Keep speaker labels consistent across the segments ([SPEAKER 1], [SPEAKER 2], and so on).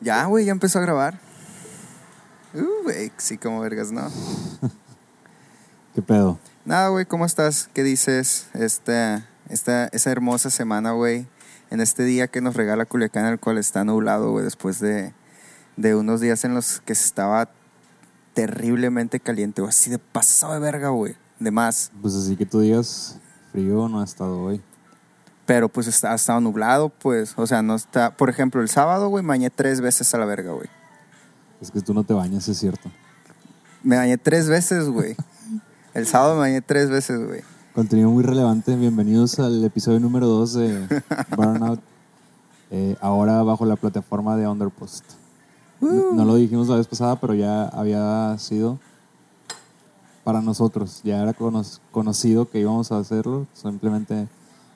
[SPEAKER 1] Ya, güey, ya empezó a grabar. Uh, güey, sí, como vergas, ¿no?
[SPEAKER 2] ¿Qué pedo?
[SPEAKER 1] Nada, güey, ¿cómo estás? ¿Qué dices? Esta, esta, esa hermosa semana, güey. En este día que nos regala Culiacán, el cual está nublado, güey, después de, de unos días en los que estaba terriblemente caliente, güey. Así de pasado de verga, güey. De más.
[SPEAKER 2] Pues así que tú digas, frío no ha estado hoy.
[SPEAKER 1] Pero pues está, ha estado nublado, pues. O sea, no está. Por ejemplo, el sábado, güey, me bañé tres veces a la verga, güey.
[SPEAKER 2] Es que tú no te bañas, es cierto.
[SPEAKER 1] Me bañé tres veces, güey. El sábado me bañé tres veces, güey.
[SPEAKER 2] Contenido muy relevante, bienvenidos al episodio número 2 de Burnout, eh, ahora bajo la plataforma de Underpost. No, no lo dijimos la vez pasada, pero ya había sido para nosotros, ya era cono- conocido que íbamos a hacerlo, simplemente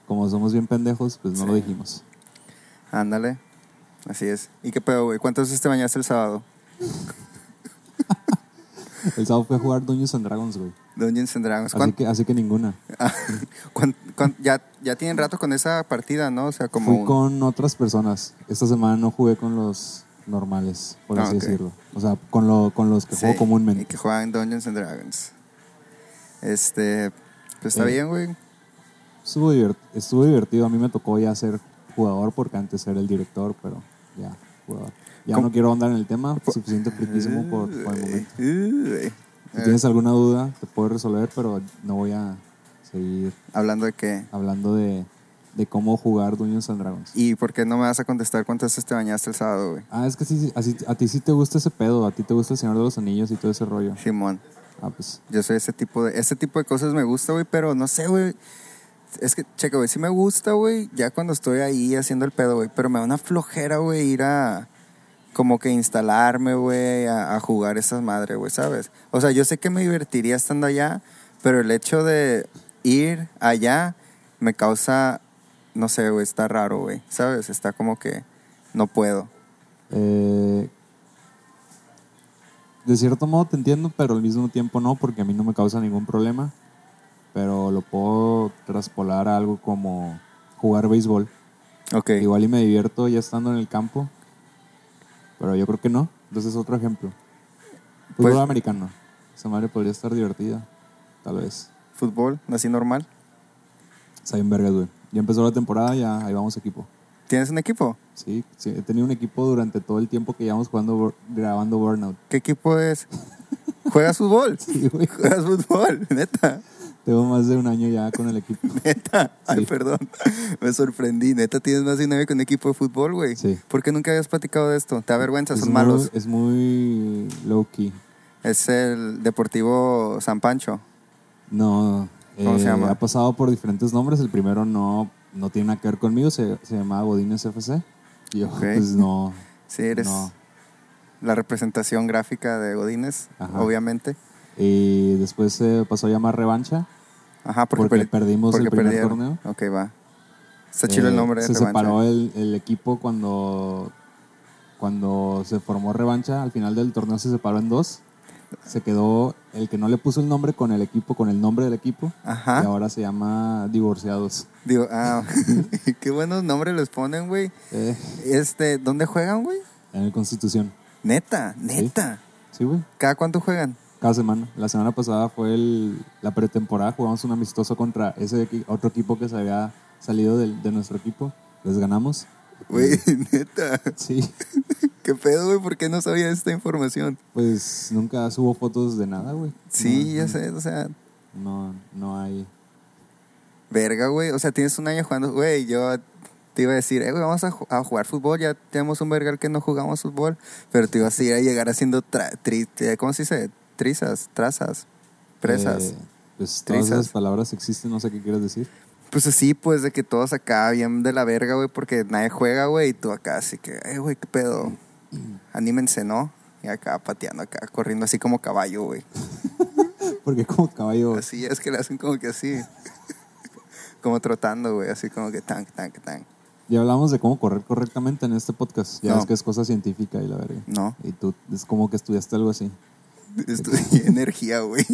[SPEAKER 2] como somos bien pendejos, pues no lo dijimos.
[SPEAKER 1] Ándale. Así es. ¿Y qué pedo, güey? ¿Cuántas veces te bañaste el sábado?
[SPEAKER 2] El sábado fue a jugar Dungeons and Dragons, güey.
[SPEAKER 1] Dungeons and Dragons.
[SPEAKER 2] Así
[SPEAKER 1] ¿Cuán-
[SPEAKER 2] que, así que ninguna.
[SPEAKER 1] Ah, cuán- cuán- ya, ya tienen rato con esa partida, ¿no? O sea, como...
[SPEAKER 2] Fui
[SPEAKER 1] un-
[SPEAKER 2] con otras personas. Esta semana no jugué con los normales, por
[SPEAKER 1] Ah,
[SPEAKER 2] así
[SPEAKER 1] ok.
[SPEAKER 2] decirlo. O sea, con, lo, con los que
[SPEAKER 1] Sí,
[SPEAKER 2] juego
[SPEAKER 1] Y
[SPEAKER 2] comúnmente.
[SPEAKER 1] que juegan Dungeons and Dragons. Este... Pues está
[SPEAKER 2] Eh.
[SPEAKER 1] bien, güey.
[SPEAKER 2] Estuvo, divert- estuvo divertido. A mí me tocó ya ser jugador porque antes era el director, pero ya, jugador.
[SPEAKER 1] ¿Cómo?
[SPEAKER 2] Ya
[SPEAKER 1] Pues, eh,
[SPEAKER 2] no quiero andar en el tema, suficiente friquísimo por, por el momento.
[SPEAKER 1] Uh, güey.
[SPEAKER 2] Si tienes alguna duda, te puedo resolver, pero no voy a seguir
[SPEAKER 1] Hablando de qué.
[SPEAKER 2] hablando de, de cómo jugar Dungeons and Dragons.
[SPEAKER 1] ¿Y por qué no me vas a contestar cuántas veces te bañaste el sábado, güey?
[SPEAKER 2] Ah, es que sí, sí, así- a ti sí te gusta ese pedo, a ti te gusta el Señor de los Anillos y todo ese rollo.
[SPEAKER 1] Simón.
[SPEAKER 2] Ah, pues
[SPEAKER 1] Yo soy ese tipo de... Ese tipo de cosas me gusta, güey, pero no sé, güey. Es que, checa, güey, sí me gusta, güey, ya cuando estoy ahí haciendo el pedo, güey, pero me da una flojera, güey, ir a... Como que instalarme, güey, a, a jugar esas madres, güey, ¿sabes? O sea, yo sé que me divertiría estando allá, pero el hecho de ir allá me causa... No sé, güey, está raro, güey, ¿sabes? Está como que no puedo.
[SPEAKER 2] Eh, de cierto modo te entiendo, pero al mismo tiempo no, porque a mí no me causa ningún problema. Pero lo puedo traspolar a algo como jugar béisbol.
[SPEAKER 1] Ok.
[SPEAKER 2] Igual y me divierto ya estando en el campo, pero yo creo que no. Entonces otro ejemplo. Fútbol
[SPEAKER 1] Pues-
[SPEAKER 2] americano. Esa madre podría estar divertida, tal vez.
[SPEAKER 1] Fútbol, así normal.
[SPEAKER 2] Está bien vergas, güey. Ya empezó la temporada, ya ahí vamos equipo.
[SPEAKER 1] ¿Tienes un equipo?
[SPEAKER 2] Sí, sí, he tenido un equipo durante todo el tiempo que llevamos jugando, Bur- grabando Burnout.
[SPEAKER 1] ¿Qué equipo es? ¿Juegas fútbol?
[SPEAKER 2] Sí, güey.
[SPEAKER 1] ¿Juegas fútbol? Neta,
[SPEAKER 2] Tengo más de un año ya con el equipo.
[SPEAKER 1] neta. Ay,
[SPEAKER 2] Sí.
[SPEAKER 1] perdón. Me sorprendí. Neta, tienes más dinero que un equipo de fútbol, güey.
[SPEAKER 2] Sí. Pues
[SPEAKER 1] ¿Por qué nunca habías platicado de esto? Te avergüenzas, son
[SPEAKER 2] muy-
[SPEAKER 1] malos.
[SPEAKER 2] es muy low key.
[SPEAKER 1] Es el Deportivo San Pancho.
[SPEAKER 2] No.
[SPEAKER 1] ¿Cómo
[SPEAKER 2] eh,
[SPEAKER 1] se llama?
[SPEAKER 2] Ha pasado por diferentes nombres. El primero no, no tiene nada que ver conmigo. Se, se llamaba Godínez FC. Y yo,
[SPEAKER 1] Ok.
[SPEAKER 2] pues no.
[SPEAKER 1] Sí, eres
[SPEAKER 2] no.
[SPEAKER 1] la representación gráfica de Godínez,
[SPEAKER 2] Ajá.
[SPEAKER 1] obviamente.
[SPEAKER 2] Y después se pasó a llamar Revancha.
[SPEAKER 1] Ajá, porque,
[SPEAKER 2] Porque
[SPEAKER 1] perdi-
[SPEAKER 2] perdimos el primer torneo.
[SPEAKER 1] Ok, va. Está chido el
[SPEAKER 2] Eh,
[SPEAKER 1] nombre.
[SPEAKER 2] Se
[SPEAKER 1] revancha.
[SPEAKER 2] separó el, el equipo cuando, cuando se formó Revancha. Al final del torneo se separó en dos. Se quedó el que no le puso el nombre con el equipo, con el nombre del equipo.
[SPEAKER 1] Ajá.
[SPEAKER 2] Y ahora se llama Divorciados.
[SPEAKER 1] Digo, ah, qué buenos nombres les ponen, güey.
[SPEAKER 2] Eh,
[SPEAKER 1] Este, ¿dónde juegan, güey?
[SPEAKER 2] en el Constitución.
[SPEAKER 1] Neta, neta.
[SPEAKER 2] Sí, güey.
[SPEAKER 1] ¿Cada cuánto juegan?
[SPEAKER 2] Cada semana. La semana pasada fue el- la pretemporada. Jugamos un amistoso contra ese equi- otro equipo que se había salido del- de nuestro equipo. Les ganamos.
[SPEAKER 1] Güey, neta.
[SPEAKER 2] Sí.
[SPEAKER 1] ¿Qué pedo, güey? ¿Por qué no sabía esta información?
[SPEAKER 2] Pues nunca subo fotos de nada, güey.
[SPEAKER 1] Sí,
[SPEAKER 2] No,
[SPEAKER 1] ya sé, o sea,
[SPEAKER 2] No, no hay.
[SPEAKER 1] verga, güey. O sea, tienes un año jugando, güey. Yo te iba a decir, eh, güey, vamos a, ju- a jugar fútbol. Ya tenemos un vergal que no jugamos fútbol. Pero te iba a decir, a llegar haciendo, tra- tri- eh, ¿cómo se dice? Trizas, trazas, presas.
[SPEAKER 2] eh, pues todas
[SPEAKER 1] Trizas.
[SPEAKER 2] esas palabras existen, no sé qué quieres decir.
[SPEAKER 1] Pues sí, pues de que todos acá bien de la verga, güey, porque nadie juega, güey, y tú acá, así que, eh, güey, qué pedo. Anímense, ¿no? Y acá pateando, acá corriendo así como caballo, güey.
[SPEAKER 2] Porque como caballo.
[SPEAKER 1] Así es que le hacen como que así. como trotando, güey, así como que tan, tan, tan.
[SPEAKER 2] Ya hablamos de cómo correr correctamente en este podcast. Ya
[SPEAKER 1] No.
[SPEAKER 2] ves que es cosa científica y la verga.
[SPEAKER 1] No,
[SPEAKER 2] Y tú es como que estudiaste algo así.
[SPEAKER 1] estudié energía, güey.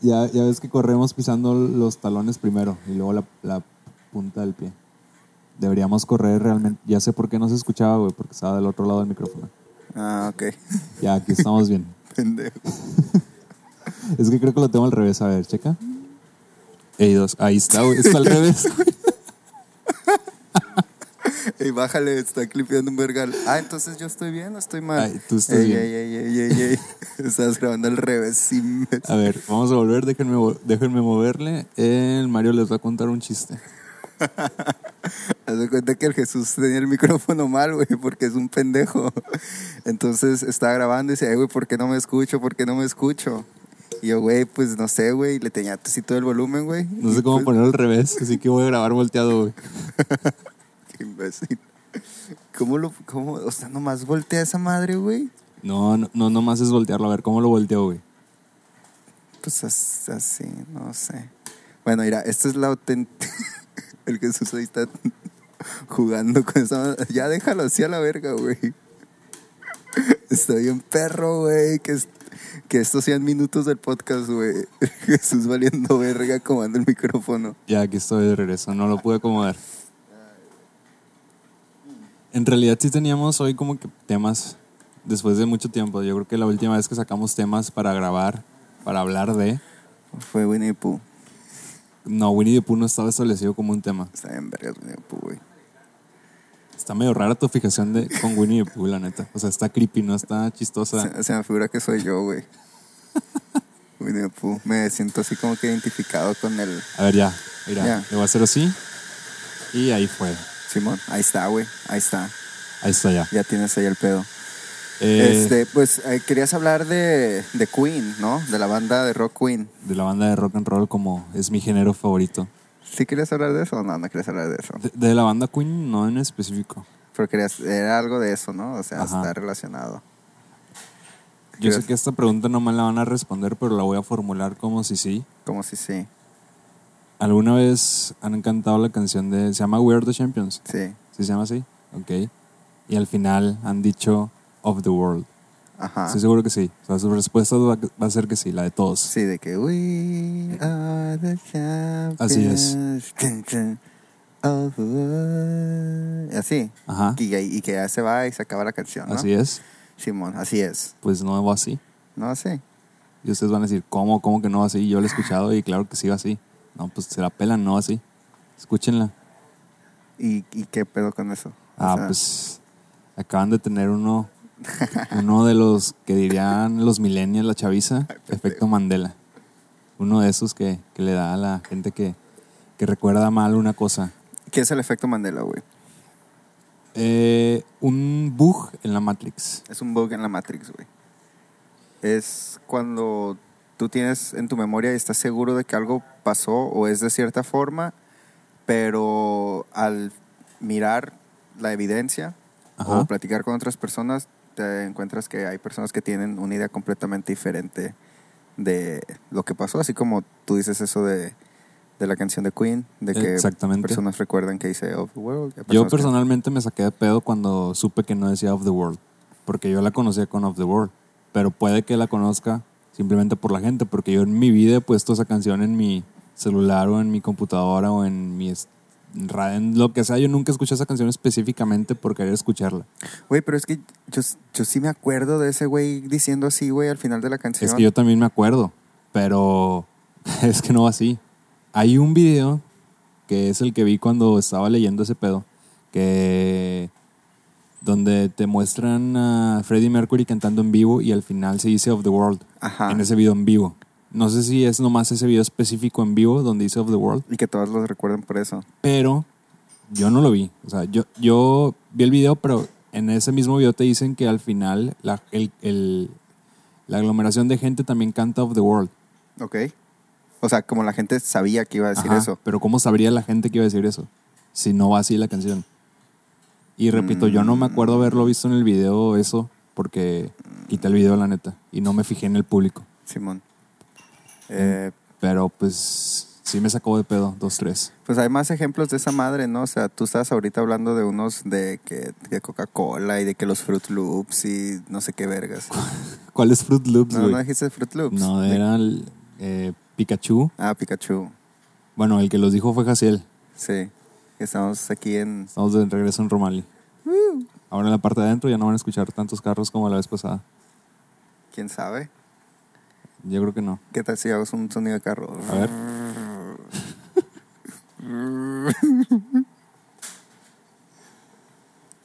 [SPEAKER 2] Ya, ya ves que corremos pisando los talones primero y luego la, la punta del pie. Deberíamos correr realmente. Ya sé por qué no se escuchaba, güey, porque estaba del otro lado del micrófono.
[SPEAKER 1] Ah, ok.
[SPEAKER 2] Ya, aquí estamos bien.
[SPEAKER 1] Pendejo.
[SPEAKER 2] Es que creo que lo tengo al revés. A ver, checa. Ey, dos. Ahí está, güey. Está al revés.
[SPEAKER 1] Ey, bájale, está clipeando un vergal. Ah, entonces yo estoy bien o estoy mal.
[SPEAKER 2] Ay, tú estás
[SPEAKER 1] Ey,
[SPEAKER 2] bien.
[SPEAKER 1] ey, ey, ey, ey, ey. Estás grabando al revés, imbécil.
[SPEAKER 2] A ver, vamos a volver. Déjenme, vo- déjenme moverle. El Mario les va a contar un chiste.
[SPEAKER 1] Haz de cuenta que el Jesús tenía el micrófono mal, güey, porque es un pendejo. Entonces estaba grabando y decía, "Ey, güey, ¿por qué no me escucho? ¿Por qué no me escucho? Y yo, güey, pues no sé, güey, le tenía así todo el volumen, güey.
[SPEAKER 2] No sé cómo ponerlo al revés, así que voy a grabar volteado, güey.
[SPEAKER 1] Qué imbécil. ¿Cómo lo, cómo, o sea, nomás voltea esa madre, güey?
[SPEAKER 2] No, no, no, nomás es voltearlo. A ver, ¿cómo lo volteo, güey?
[SPEAKER 1] Pues as- así, no sé. Bueno, mira, esta es la auténtica. El Jesús ahí está jugando con esa. Ya déjalo así a la verga, güey. Estoy un perro, güey. Que, es- que estos sean minutos del podcast, güey. El Jesús valiendo verga, comando el micrófono.
[SPEAKER 2] Ya, aquí estoy de regreso. No lo pude acomodar. En realidad sí teníamos hoy como que temas después de mucho tiempo. Yo creo que la última vez que sacamos temas para grabar, para hablar de...
[SPEAKER 1] Fue Winnie the Pooh.
[SPEAKER 2] No, Winnie the Pooh no estaba establecido como un tema.
[SPEAKER 1] Está bien, verga, Winnie the Pooh, güey.
[SPEAKER 2] Está medio rara tu fijación de, con Winnie the Pooh, la neta. O sea, está creepy, no está chistosa.
[SPEAKER 1] Se, se me figura que soy yo, güey. Winnie the Pooh. Me siento así como que identificado con el
[SPEAKER 2] A ver, ya. Mira,
[SPEAKER 1] Ya.
[SPEAKER 2] le voy a hacer así. Y ahí fue.
[SPEAKER 1] Simón. Ahí está, güey. Ahí está.
[SPEAKER 2] Ahí está ya.
[SPEAKER 1] Ya tienes ahí el pedo.
[SPEAKER 2] Eh,
[SPEAKER 1] Este, pues eh, querías hablar de, de Queen, ¿no? De la banda de rock Queen.
[SPEAKER 2] De la banda de rock and roll como es mi género favorito.
[SPEAKER 1] ¿Sí querías hablar de eso o no? No querías hablar de eso.
[SPEAKER 2] De, de la banda Queen no en específico.
[SPEAKER 1] Pero querías, era algo de eso, ¿no? O sea,
[SPEAKER 2] Ajá.
[SPEAKER 1] está relacionado.
[SPEAKER 2] Yo sé
[SPEAKER 1] Gracias.
[SPEAKER 2] que esta pregunta no me la van a responder, pero la voy a formular como si sí.
[SPEAKER 1] Como si sí.
[SPEAKER 2] ¿Alguna vez han cantado la canción de... Se llama We Are the Champions?
[SPEAKER 1] Sí.
[SPEAKER 2] ¿Sí se llama así? Ok. Y al final han dicho Of the World.
[SPEAKER 1] Ajá.
[SPEAKER 2] Estoy seguro que sí. O sea, su respuesta va, va a ser que sí, la de todos.
[SPEAKER 1] Sí, de que we are the champions.
[SPEAKER 2] Así es.
[SPEAKER 1] Tun, tun, of the world. Así.
[SPEAKER 2] Ajá.
[SPEAKER 1] Y, y- y que ya se va y se acaba la canción, ¿no?
[SPEAKER 2] Así es.
[SPEAKER 1] Simón, así es.
[SPEAKER 2] Pues no va así.
[SPEAKER 1] No así.
[SPEAKER 2] Y ustedes van a decir, ¿cómo? ¿Cómo que no va así? Yo lo he escuchado y claro que sí va así. No, pues se la pelan, no va así. Escúchenla.
[SPEAKER 1] ¿Y, y qué pedo con eso? O
[SPEAKER 2] Ah,
[SPEAKER 1] sea,
[SPEAKER 2] pues acaban de tener uno, uno de los que dirían los millennials, la chaviza, efecto Mandela. Uno de esos que, que le da a la gente que, que recuerda mal una cosa.
[SPEAKER 1] ¿Qué es el efecto Mandela, güey?
[SPEAKER 2] Eh, un bug en la Matrix.
[SPEAKER 1] Es un bug en la Matrix, güey. Es cuando tú tienes en tu memoria y estás seguro de que algo pasó o es de cierta forma, pero al mirar la evidencia
[SPEAKER 2] Ajá.
[SPEAKER 1] o platicar con otras personas, te encuentras que hay personas que tienen una idea completamente diferente de lo que pasó, así como tú dices eso de, de la canción de Queen, de que
[SPEAKER 2] Exactamente.
[SPEAKER 1] personas recuerdan que dice "Oh, Of the World. y hay
[SPEAKER 2] Yo
[SPEAKER 1] personas que-
[SPEAKER 2] personalmente me saqué de pedo cuando supe que no decía Of the World, porque yo la conocía con Of the World, pero puede que la conozca simplemente por la gente, porque yo en mi vida he puesto esa canción en mi celular o en mi computadora o en mi es- ra- en lo que sea, yo nunca escuché esa canción específicamente por querer escucharla.
[SPEAKER 1] Güey, pero es que yo, yo sí me acuerdo de ese güey diciendo así, güey, al final de la canción.
[SPEAKER 2] Es que yo también me acuerdo, pero es que no va así. Hay un video que es el que vi cuando estaba leyendo ese pedo, que donde te muestran a Freddie Mercury cantando en vivo y al final se dice Of the World
[SPEAKER 1] Ajá.
[SPEAKER 2] en ese video en vivo. No sé si es nomás ese video específico en vivo donde dice Of the World,
[SPEAKER 1] Y que todos los recuerden por eso.
[SPEAKER 2] pero yo no lo vi. O sea, yo, yo vi el video, pero en ese mismo video te dicen que al final la, el- el- la aglomeración de gente también canta Of the World.
[SPEAKER 1] ¿Ok? O sea, como la gente sabía que iba a decir
[SPEAKER 2] Ajá,
[SPEAKER 1] eso.
[SPEAKER 2] Pero ¿cómo sabría la gente que iba a decir eso? Si no va así la canción. Y repito, yo no me acuerdo
[SPEAKER 1] Mm.
[SPEAKER 2] haberlo visto en el video eso, porque quité el video la neta y no me fijé en el público.
[SPEAKER 1] Simón. Eh,
[SPEAKER 2] Pero pues sí me sacó de pedo, dos, tres.
[SPEAKER 1] pues hay más ejemplos de esa madre, ¿no? O sea, tú estabas ahorita hablando de unos de que de Coca-Cola y de que los Fruit Loops y no sé qué vergas.
[SPEAKER 2] ¿Cuál es Fruit Loops,
[SPEAKER 1] No,
[SPEAKER 2] güey?
[SPEAKER 1] no dijiste Fruit Loops.
[SPEAKER 2] No,
[SPEAKER 1] De-
[SPEAKER 2] era el, eh, Pikachu.
[SPEAKER 1] Ah, Pikachu.
[SPEAKER 2] Bueno, el que los dijo fue Jaciel.
[SPEAKER 1] Sí. que estamos aquí en...
[SPEAKER 2] Estamos de regreso en Romali. Ahora en la parte de adentro ya no van a escuchar tantos carros como la vez pasada.
[SPEAKER 1] ¿Quién sabe?
[SPEAKER 2] Yo creo que no.
[SPEAKER 1] ¿Qué tal si hago un sonido de carro?
[SPEAKER 2] A ver.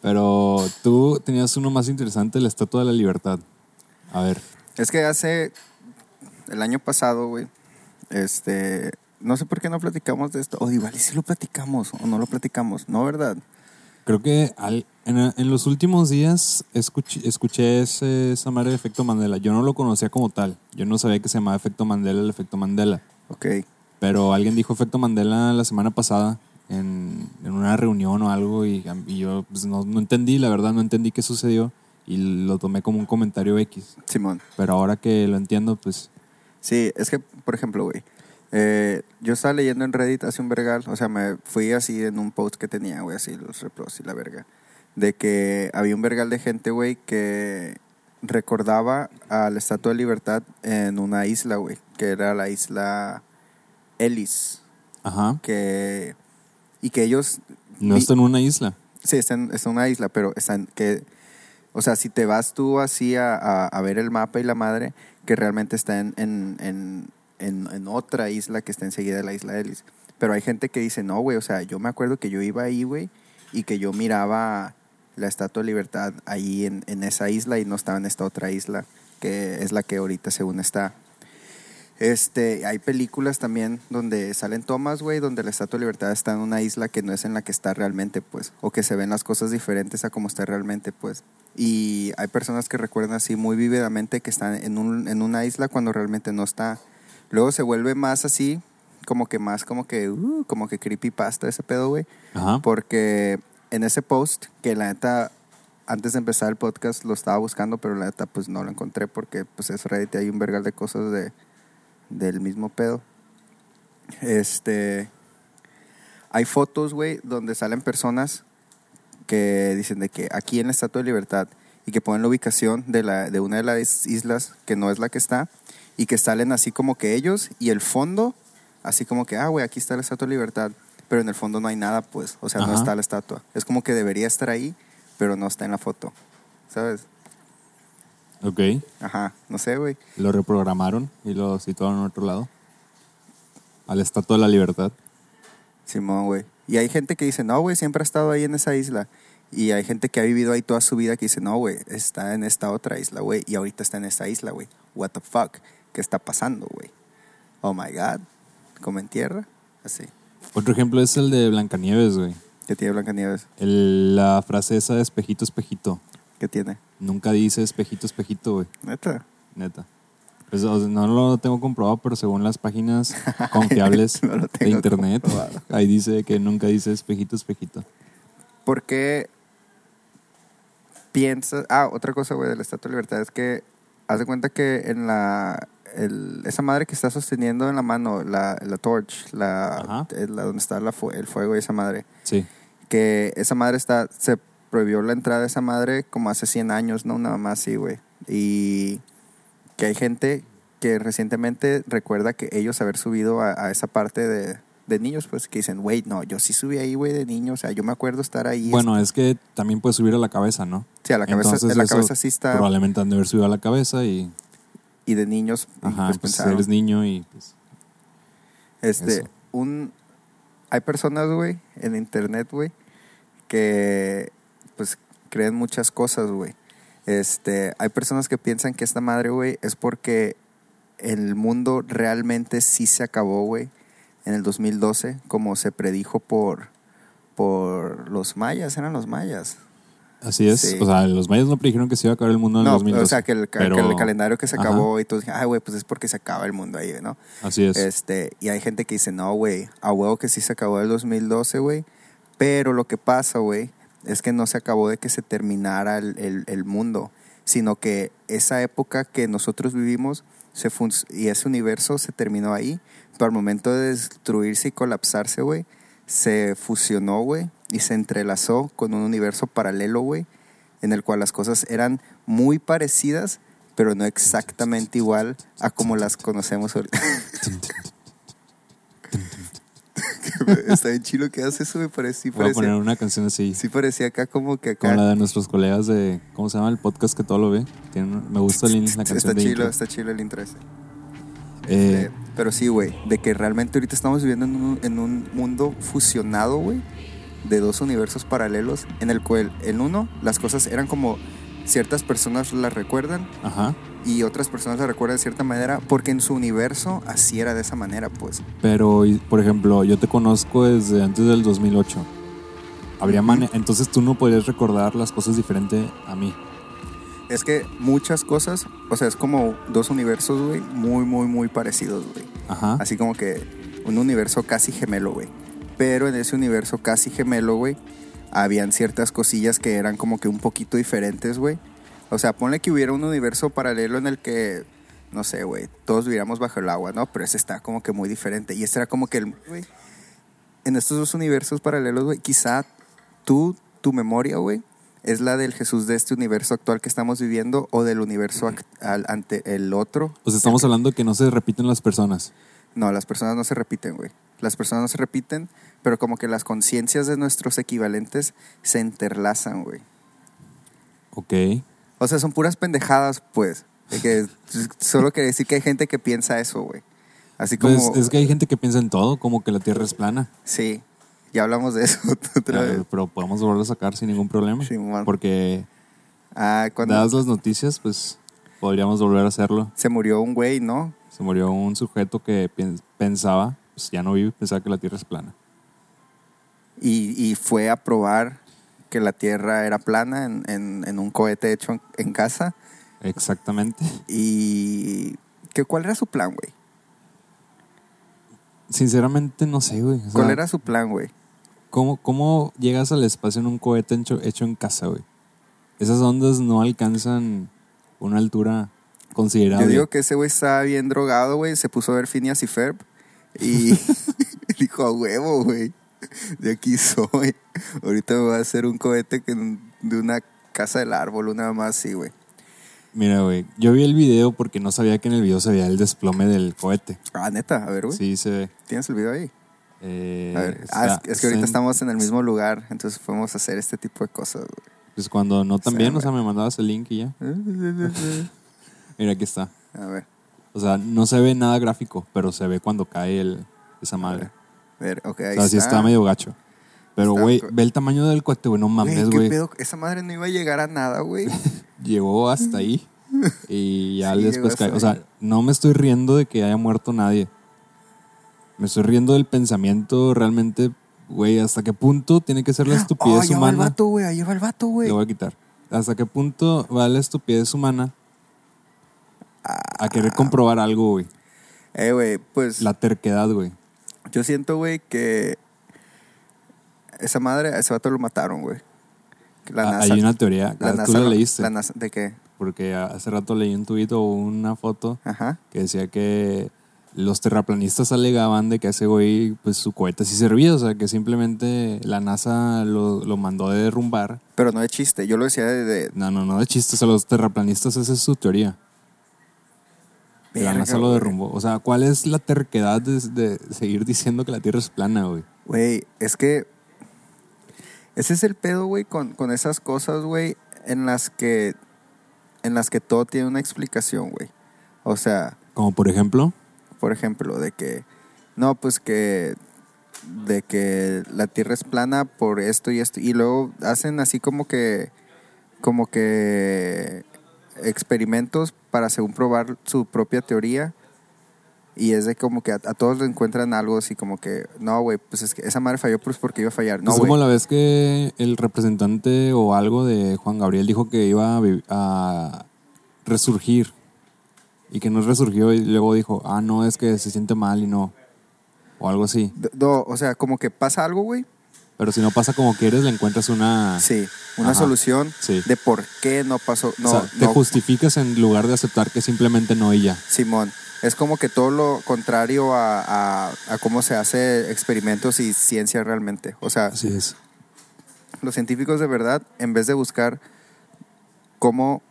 [SPEAKER 2] Pero tú tenías uno más interesante, la Estatua de la Libertad. A ver,
[SPEAKER 1] Es que hace el año pasado, güey, este, no sé por qué no platicamos de esto. O igual y si lo platicamos o no lo platicamos, ¿no, verdad?
[SPEAKER 2] creo que al- en, en los últimos días escuch- escuché ese, esa madre de efecto Mandela. Yo no lo conocía como tal. Yo no sabía que se llamaba efecto Mandela el efecto Mandela.
[SPEAKER 1] Ok,
[SPEAKER 2] Pero alguien dijo efecto Mandela la semana pasada en, en una reunión o algo y, y yo pues, no, no entendí, la verdad no entendí qué sucedió y lo tomé como un comentario X.
[SPEAKER 1] Simón.
[SPEAKER 2] Pero ahora que lo entiendo, pues
[SPEAKER 1] Sí, es que, por ejemplo, güey, eh, yo estaba leyendo en Reddit hace un vergal, o sea, me fui así en un post que tenía, güey, así los replos y la verga, de que había un vergal de gente, güey, que recordaba a la Estatua de Libertad en una isla, güey, que era la isla Ellis,
[SPEAKER 2] Ajá.
[SPEAKER 1] que... Y que ellos...
[SPEAKER 2] No
[SPEAKER 1] vi-
[SPEAKER 2] está en una isla.
[SPEAKER 1] Sí, está en, está en una isla, pero está en- que, o sea, si te vas tú así a, a- a ver el mapa y la madre, que realmente está en, en, en- en- en otra isla que está enseguida de la isla de Ellis. Pero hay gente que dice, no, güey, o sea, yo me acuerdo que yo iba ahí, güey, y que yo miraba la Estatua de Libertad ahí en, en esa isla y no estaba en esta otra isla, que es la que ahorita según está. Este, hay películas también donde salen tomas, güey, donde la Estatua de Libertad está en una isla que no es en la que está realmente, pues, o que se ven las cosas diferentes a como está realmente, pues. Y hay personas que recuerdan así muy vívidamente que están en, un, en una isla cuando realmente no está. Luego se vuelve más así, como que más, como que, uh, como que creepypasta ese pedo, güey.
[SPEAKER 2] Ajá.
[SPEAKER 1] Porque en ese post, que la neta, antes de empezar el podcast lo estaba buscando, pero la neta, pues no lo encontré porque pues es Reddit y hay un vergal de cosas de, del mismo pedo. Este. Hay fotos, güey, donde salen personas que dicen de que aquí en la Estatua de Libertad y que ponen la ubicación de, la, de una de las islas que no es la que está y que salen así como que ellos y el fondo, así como que, ah, güey, aquí está la Estatua de Libertad, pero en el fondo no hay nada, pues, o sea, no
[SPEAKER 2] Ajá.
[SPEAKER 1] está la estatua. Es como que debería estar ahí, pero no está en la foto, ¿sabes?
[SPEAKER 2] Ok.
[SPEAKER 1] Ajá, no sé, güey.
[SPEAKER 2] Lo reprogramaron y lo situaron en otro lado. A la Estatua de la Libertad.
[SPEAKER 1] Simón, güey. Y hay gente que dice, no, güey, siempre ha estado ahí en esa isla. Y hay gente que ha vivido ahí toda su vida que dice, no, güey, está en esta otra isla, güey. Y ahorita está en esta isla, güey. What the fuck? ¿Qué está pasando, güey? Oh my God. Como en tierra. Así.
[SPEAKER 2] Otro ejemplo es el de Blancanieves, güey.
[SPEAKER 1] ¿Qué tiene Blancanieves?
[SPEAKER 2] El- la frase esa de espejito, espejito.
[SPEAKER 1] ¿Qué tiene?
[SPEAKER 2] Nunca dice espejito, espejito, güey.
[SPEAKER 1] Neta.
[SPEAKER 2] Neta. Pues, o sea, no lo tengo comprobado, pero según las páginas confiables
[SPEAKER 1] No lo
[SPEAKER 2] de
[SPEAKER 1] tengo
[SPEAKER 2] internet,
[SPEAKER 1] comprobado.
[SPEAKER 2] ahí dice que nunca dice espejito, espejito.
[SPEAKER 1] ¿Por qué piensas.? Ah, otra cosa, güey, de la Estatua de Libertad es que. Haz de cuenta que en la. el- esa madre que está sosteniendo en la mano, la, la torch, la,
[SPEAKER 2] Ajá.
[SPEAKER 1] eh, la donde está la fue- el fuego y esa madre.
[SPEAKER 2] Sí.
[SPEAKER 1] Que esa madre está. Se prohibió la entrada de esa madre como hace 100 años, ¿no? Nada más así, güey. Y que hay gente que recientemente recuerda que ellos haber subido a, a esa parte de, de niños, pues que dicen, güey, no, yo sí subí ahí, güey, de niño, o sea, yo me acuerdo estar ahí.
[SPEAKER 2] Bueno, es que también puede subir a la cabeza, ¿no?
[SPEAKER 1] Sí, a la cabeza,
[SPEAKER 2] Entonces,
[SPEAKER 1] la
[SPEAKER 2] eso
[SPEAKER 1] cabeza sí está.
[SPEAKER 2] Probablemente han de haber subido a la cabeza y
[SPEAKER 1] Y de niños, y
[SPEAKER 2] Ajá,
[SPEAKER 1] pues,
[SPEAKER 2] pues
[SPEAKER 1] pensaron.
[SPEAKER 2] eres niño y pues,
[SPEAKER 1] este,
[SPEAKER 2] eso.
[SPEAKER 1] un, hay personas, güey, en internet, güey, que pues creen muchas cosas, güey. Este, hay personas que piensan que esta madre, güey, es porque el mundo realmente sí se acabó, güey, en el 2012, como se predijo por, por los mayas, eran los mayas.
[SPEAKER 2] así es.
[SPEAKER 1] Sí.
[SPEAKER 2] O sea, los mayas no predijeron que se iba a acabar el mundo en el 2012.
[SPEAKER 1] o sea, que el, ca-
[SPEAKER 2] pero-
[SPEAKER 1] que el calendario que se
[SPEAKER 2] Ajá,
[SPEAKER 1] acabó y tú dices, ay, güey, pues es porque se acaba el mundo ahí, ¿no?
[SPEAKER 2] Así es.
[SPEAKER 1] Este, y hay gente que dice, no, güey, a huevo que sí se acabó el 2012, güey. Pero lo que pasa, güey, es que no se acabó de que se terminara el, el- el mundo, sino que esa época que nosotros vivimos se fun- y ese universo se terminó ahí, pero al momento de destruirse y colapsarse, güey, se fusionó, güey, y se entrelazó con un universo paralelo, güey, en el cual las cosas eran muy parecidas, pero no exactamente igual a como las conocemos ahorita. güey. Está bien chilo que haces eso, güey. Parece, sí,
[SPEAKER 2] Voy a poner
[SPEAKER 1] parecía,
[SPEAKER 2] una canción así.
[SPEAKER 1] sí parecía acá como que acá.
[SPEAKER 2] Como la de nuestros colegas de. ¿Cómo se llama el podcast que todo lo ve? Tienen- me gusta el- la canción
[SPEAKER 1] está
[SPEAKER 2] de
[SPEAKER 1] chilo,
[SPEAKER 2] intro.
[SPEAKER 1] está chilo el intro ese.
[SPEAKER 2] Eh,
[SPEAKER 1] Eh, pero sí, güey, de que realmente ahorita estamos viviendo en un, en un mundo fusionado, güey, de dos universos paralelos, en el cual en uno las cosas eran como ciertas personas las recuerdan
[SPEAKER 2] Ajá.
[SPEAKER 1] y otras personas las recuerdan de cierta manera, porque en su universo así era de esa manera, pues.
[SPEAKER 2] Pero, y- por ejemplo, yo te conozco desde antes del 2008. Habría mane- Entonces tú no podrías recordar las cosas diferente a mí.
[SPEAKER 1] Es que muchas cosas, o sea, es como dos universos, güey, muy, muy, muy parecidos, güey.
[SPEAKER 2] Ajá.
[SPEAKER 1] Así como que un universo casi gemelo, güey. Pero en ese universo casi gemelo, güey, habían ciertas cosillas que eran como que un poquito diferentes, güey. O sea, ponle que hubiera un universo paralelo en el que, no sé, güey, todos viviéramos bajo el agua, ¿no? Pero ese está como que muy diferente. Y este era como que el... güey, en estos dos universos paralelos, güey, quizá tú, tu memoria, güey, es la del Jesús de este universo actual que estamos viviendo o del universo act- al- ante el otro
[SPEAKER 2] O sea, estamos hablando que no se repiten las personas.
[SPEAKER 1] no, las personas no se repiten, güey. Las personas no se repiten, pero como que las conciencias de nuestros equivalentes se interlazan, güey.
[SPEAKER 2] Ok.
[SPEAKER 1] O sea, son puras pendejadas, pues. De que solo quiere decir que hay gente que piensa eso, güey. Así como...
[SPEAKER 2] Pues es que hay gente que piensa en todo, como que la Tierra es plana.
[SPEAKER 1] Sí, ya hablamos de eso otra
[SPEAKER 2] Claro,
[SPEAKER 1] vez.
[SPEAKER 2] pero podemos volverlo a sacar sin ningún problema.
[SPEAKER 1] Simón.
[SPEAKER 2] porque
[SPEAKER 1] Ah, cuando
[SPEAKER 2] dadas las noticias, pues podríamos volver a hacerlo.
[SPEAKER 1] se murió un güey, ¿no?
[SPEAKER 2] Se murió un sujeto que pien- pensaba, pues ya no vive, pensaba que la Tierra es plana.
[SPEAKER 1] Y, y fue a probar que la Tierra era plana en, en- en un cohete hecho en, en casa.
[SPEAKER 2] Exactamente.
[SPEAKER 1] Y... ¿qué, ¿Cuál era su plan, güey?
[SPEAKER 2] Sinceramente no sé, güey. O sea,
[SPEAKER 1] ¿Cuál era su plan, güey?
[SPEAKER 2] ¿cómo, cómo llegas al espacio en un cohete hecho, hecho en casa, güey? Esas ondas no alcanzan una altura considerable.
[SPEAKER 1] Yo digo que ese güey estaba bien drogado, güey. Se puso a ver Phineas y Ferb. Y dijo, a huevo, güey. De aquí soy. Ahorita me voy a hacer un cohete que- de una casa del árbol, una más así, güey.
[SPEAKER 2] Mira, güey, yo vi el video porque no sabía que en el video se veía el desplome del cohete.
[SPEAKER 1] Ah, neta, a ver, güey.
[SPEAKER 2] Sí, se ve.
[SPEAKER 1] ¿Tienes el video ahí?
[SPEAKER 2] Eh,
[SPEAKER 1] A ver.
[SPEAKER 2] está-
[SPEAKER 1] Ah, es, es que ahorita
[SPEAKER 2] está en-
[SPEAKER 1] estamos en el mismo lugar, entonces podemos hacer este tipo de cosas, güey.
[SPEAKER 2] Pues cuando no también,
[SPEAKER 1] Sí,
[SPEAKER 2] o sea, me mandabas el link y ya. Mira, aquí está.
[SPEAKER 1] A ver,
[SPEAKER 2] O sea, no se ve nada gráfico, pero se ve cuando cae el, esa madre.
[SPEAKER 1] a ver, ok,
[SPEAKER 2] O
[SPEAKER 1] ahí
[SPEAKER 2] sea, sí está medio gacho. Pero,
[SPEAKER 1] Está-
[SPEAKER 2] güey, ve el tamaño del cohete, güey, no
[SPEAKER 1] Güey,
[SPEAKER 2] mames,
[SPEAKER 1] ¿qué
[SPEAKER 2] güey.
[SPEAKER 1] pedo? Esa madre no iba a llegar a nada, güey.
[SPEAKER 2] Llegó hasta ahí y ya
[SPEAKER 1] Sí, llegó
[SPEAKER 2] después
[SPEAKER 1] hasta
[SPEAKER 2] cae. O
[SPEAKER 1] ahí.
[SPEAKER 2] sea, no me estoy riendo de que haya muerto nadie. Me estoy riendo del pensamiento realmente, güey, hasta qué punto tiene que ser la
[SPEAKER 1] Oh,
[SPEAKER 2] estupidez
[SPEAKER 1] ahí va el
[SPEAKER 2] humana.
[SPEAKER 1] vato, güey. Ahí va el vato, güey.
[SPEAKER 2] Lo voy a quitar. ¿Hasta qué punto va la estupidez humana
[SPEAKER 1] Ah,
[SPEAKER 2] a querer comprobar algo, güey?
[SPEAKER 1] Eh, güey, pues.
[SPEAKER 2] La terquedad, güey.
[SPEAKER 1] Yo siento, güey, que esa madre, a ese vato lo mataron, güey. Que La
[SPEAKER 2] Ah,
[SPEAKER 1] NASA.
[SPEAKER 2] Hay una teoría,
[SPEAKER 1] la
[SPEAKER 2] ah,
[SPEAKER 1] NASA
[SPEAKER 2] tú la
[SPEAKER 1] lo-
[SPEAKER 2] leíste,
[SPEAKER 1] la NASA- ¿De qué?
[SPEAKER 2] porque hace rato leí un tuit o una foto
[SPEAKER 1] Ajá.
[SPEAKER 2] que decía que los terraplanistas alegaban de que ese güey, pues su cohete sí servía, o sea, que simplemente la NASA lo, lo mandó a derrumbar.
[SPEAKER 1] Pero no es chiste. Yo lo decía de. de-
[SPEAKER 2] No, no, no de chistes, a los terraplanistas esa es su teoría. que La
[SPEAKER 1] Verga,
[SPEAKER 2] NASA lo
[SPEAKER 1] güey.
[SPEAKER 2] derrumbó. O sea, ¿cuál es la terquedad de, de seguir diciendo que la Tierra es plana, güey?
[SPEAKER 1] Güey, es que. Ese es el pedo, güey, con, con esas cosas, güey, en las que. En las que todo tiene una explicación, güey. O sea,
[SPEAKER 2] Como por ejemplo,
[SPEAKER 1] por ejemplo, de que. No, pues que. De que la tierra es plana por esto y esto. Y luego hacen así como que. Como que. Experimentos para según probar su propia teoría. Y es de como que a, a todos le encuentran algo así como que. No, güey, pues es que esa madre falló pues porque iba a fallar. No,
[SPEAKER 2] es
[SPEAKER 1] güey.
[SPEAKER 2] como la vez que el representante o algo de Juan Gabriel dijo que iba a, vi- a resurgir y que no resurgió y luego dijo, ah, no, es que se siente mal y no. O algo así.
[SPEAKER 1] D- No, o sea, como que pasa algo, güey.
[SPEAKER 2] Pero si no pasa como quieres, le encuentras una...
[SPEAKER 1] Sí, una
[SPEAKER 2] Ah. Ajá.
[SPEAKER 1] solución
[SPEAKER 2] Sí.
[SPEAKER 1] de por qué no pasó. No,
[SPEAKER 2] o sea, te
[SPEAKER 1] no,
[SPEAKER 2] justificas en lugar de aceptar que simplemente no y ya.
[SPEAKER 1] Simón, es como que todo lo contrario a, a- a cómo se hace experimentos y ciencia realmente. O sea,
[SPEAKER 2] Así es.
[SPEAKER 1] los científicos de verdad, en vez de buscar cómo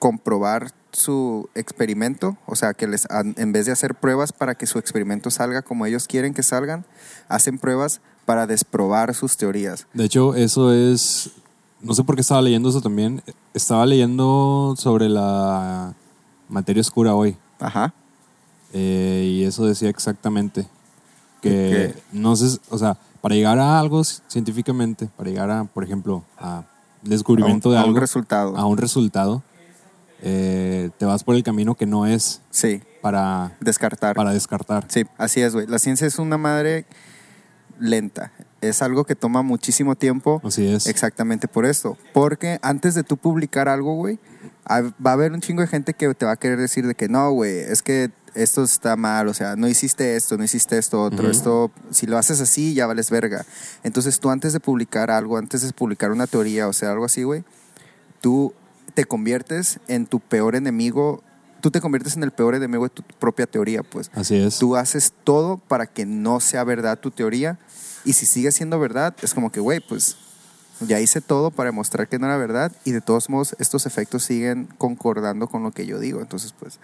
[SPEAKER 1] comprobar su experimento, o sea, que les han- en vez de hacer pruebas para que su experimento salga como ellos quieren que salgan, hacen pruebas para desprobar sus teorías.
[SPEAKER 2] De hecho, eso es. No sé por qué estaba leyendo eso también. Estaba leyendo sobre la materia oscura hoy.
[SPEAKER 1] Ajá.
[SPEAKER 2] eh, y eso decía exactamente. Que
[SPEAKER 1] ¿Qué?
[SPEAKER 2] no sé. O sea, para llegar a algo ci- científicamente, para llegar a, por ejemplo, a
[SPEAKER 1] A
[SPEAKER 2] descubrimiento
[SPEAKER 1] un-
[SPEAKER 2] de
[SPEAKER 1] a un
[SPEAKER 2] algo.
[SPEAKER 1] resultado.
[SPEAKER 2] A un resultado. eh, te vas por el camino que no es
[SPEAKER 1] Sí,
[SPEAKER 2] para,
[SPEAKER 1] descartar.
[SPEAKER 2] para descartar.
[SPEAKER 1] Sí, así es, güey. La ciencia es una madre lenta. Es algo que toma muchísimo tiempo.
[SPEAKER 2] Así es.
[SPEAKER 1] Exactamente por esto. Porque antes de tú publicar algo, güey, a- va a haber un chingo de gente que te va a querer decir de que no, güey, es que esto está mal, o sea, no hiciste esto, no hiciste esto, otro,
[SPEAKER 2] Ujú.
[SPEAKER 1] esto, si lo haces así, ya vales verga. Entonces tú antes de publicar algo, antes de publicar una teoría, o sea, algo así, güey, tú te conviertes en tu peor enemigo, tú te conviertes en el peor enemigo de tu propia teoría, pues.
[SPEAKER 2] Así es.
[SPEAKER 1] Tú haces todo para que no sea verdad tu teoría. Y si sigue siendo verdad, es como que, güey, pues ya hice todo para demostrar que no era verdad. Y de todos modos, estos efectos siguen concordando con lo que yo digo. Entonces, pues,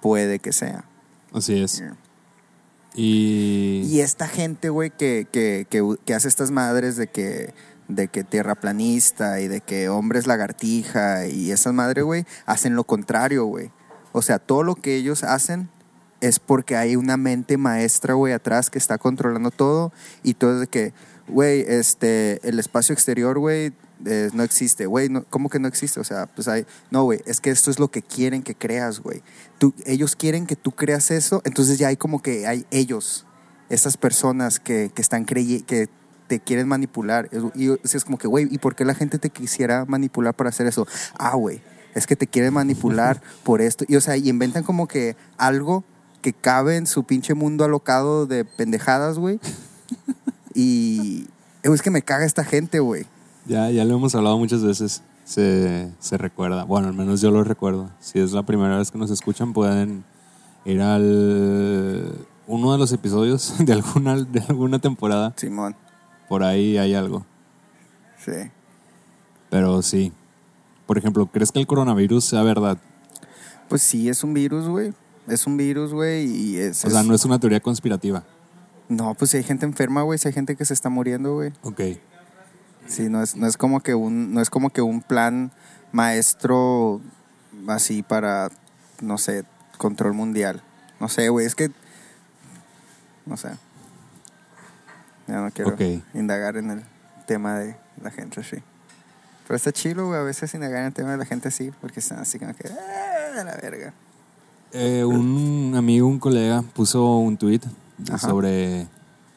[SPEAKER 1] puede que sea.
[SPEAKER 2] Así es.
[SPEAKER 1] Yeah.
[SPEAKER 2] Y.
[SPEAKER 1] Y esta gente, güey, que, que, que, que hace estas madres de que, de que tierra planista y de que hombres lagartija y esas madres, güey, hacen lo contrario, güey. O sea, todo lo que ellos hacen es porque hay una mente maestra, güey, atrás que está controlando todo y todo es de que, güey, este, el espacio exterior, güey, eh, no existe, güey, no- ¿cómo que no existe? O sea, pues hay, no, güey, es que esto es lo que quieren que creas, güey. Tú- Ellos quieren que tú creas eso, entonces ya hay como que hay ellos, esas personas que, que están creyendo, que te quieren manipular. Es- Y o sea, es como que, güey, ¿y por qué la gente te quisiera manipular para hacer eso? Ah, güey, es que te quieren manipular por esto. Y o sea, y inventan como que algo que cabe en su pinche mundo alocado de pendejadas, güey. Y eh, es que me caga esta gente, güey.
[SPEAKER 2] Ya, ya lo hemos hablado muchas veces. Se, se recuerda. Bueno, al menos yo lo recuerdo. Si es la primera vez que nos escuchan, pueden ir al uno de los episodios de alguna, de alguna temporada.
[SPEAKER 1] Simón,
[SPEAKER 2] Por ahí hay algo.
[SPEAKER 1] sí.
[SPEAKER 2] Pero sí. Por ejemplo, ¿crees que el coronavirus sea verdad?
[SPEAKER 1] Pues sí, es un virus, güey. Es un virus, güey, y es...
[SPEAKER 2] O sea,
[SPEAKER 1] es-
[SPEAKER 2] no es una teoría conspirativa.
[SPEAKER 1] no, pues si hay gente enferma, güey, si hay gente que se está muriendo, güey.
[SPEAKER 2] Ok.
[SPEAKER 1] Sí, no es, no es como que un, no es como que un plan maestro así para, no sé, control mundial. No sé, güey, es que, no sé. Ya no quiero
[SPEAKER 2] Ok.
[SPEAKER 1] indagar en el tema de la gente así. Pero está chido, güey, a veces indagar en el tema de la gente así, porque están así como que, "Ah, de la verga.
[SPEAKER 2] Eh, un amigo, un colega, puso un tweet
[SPEAKER 1] Ajá.
[SPEAKER 2] sobre.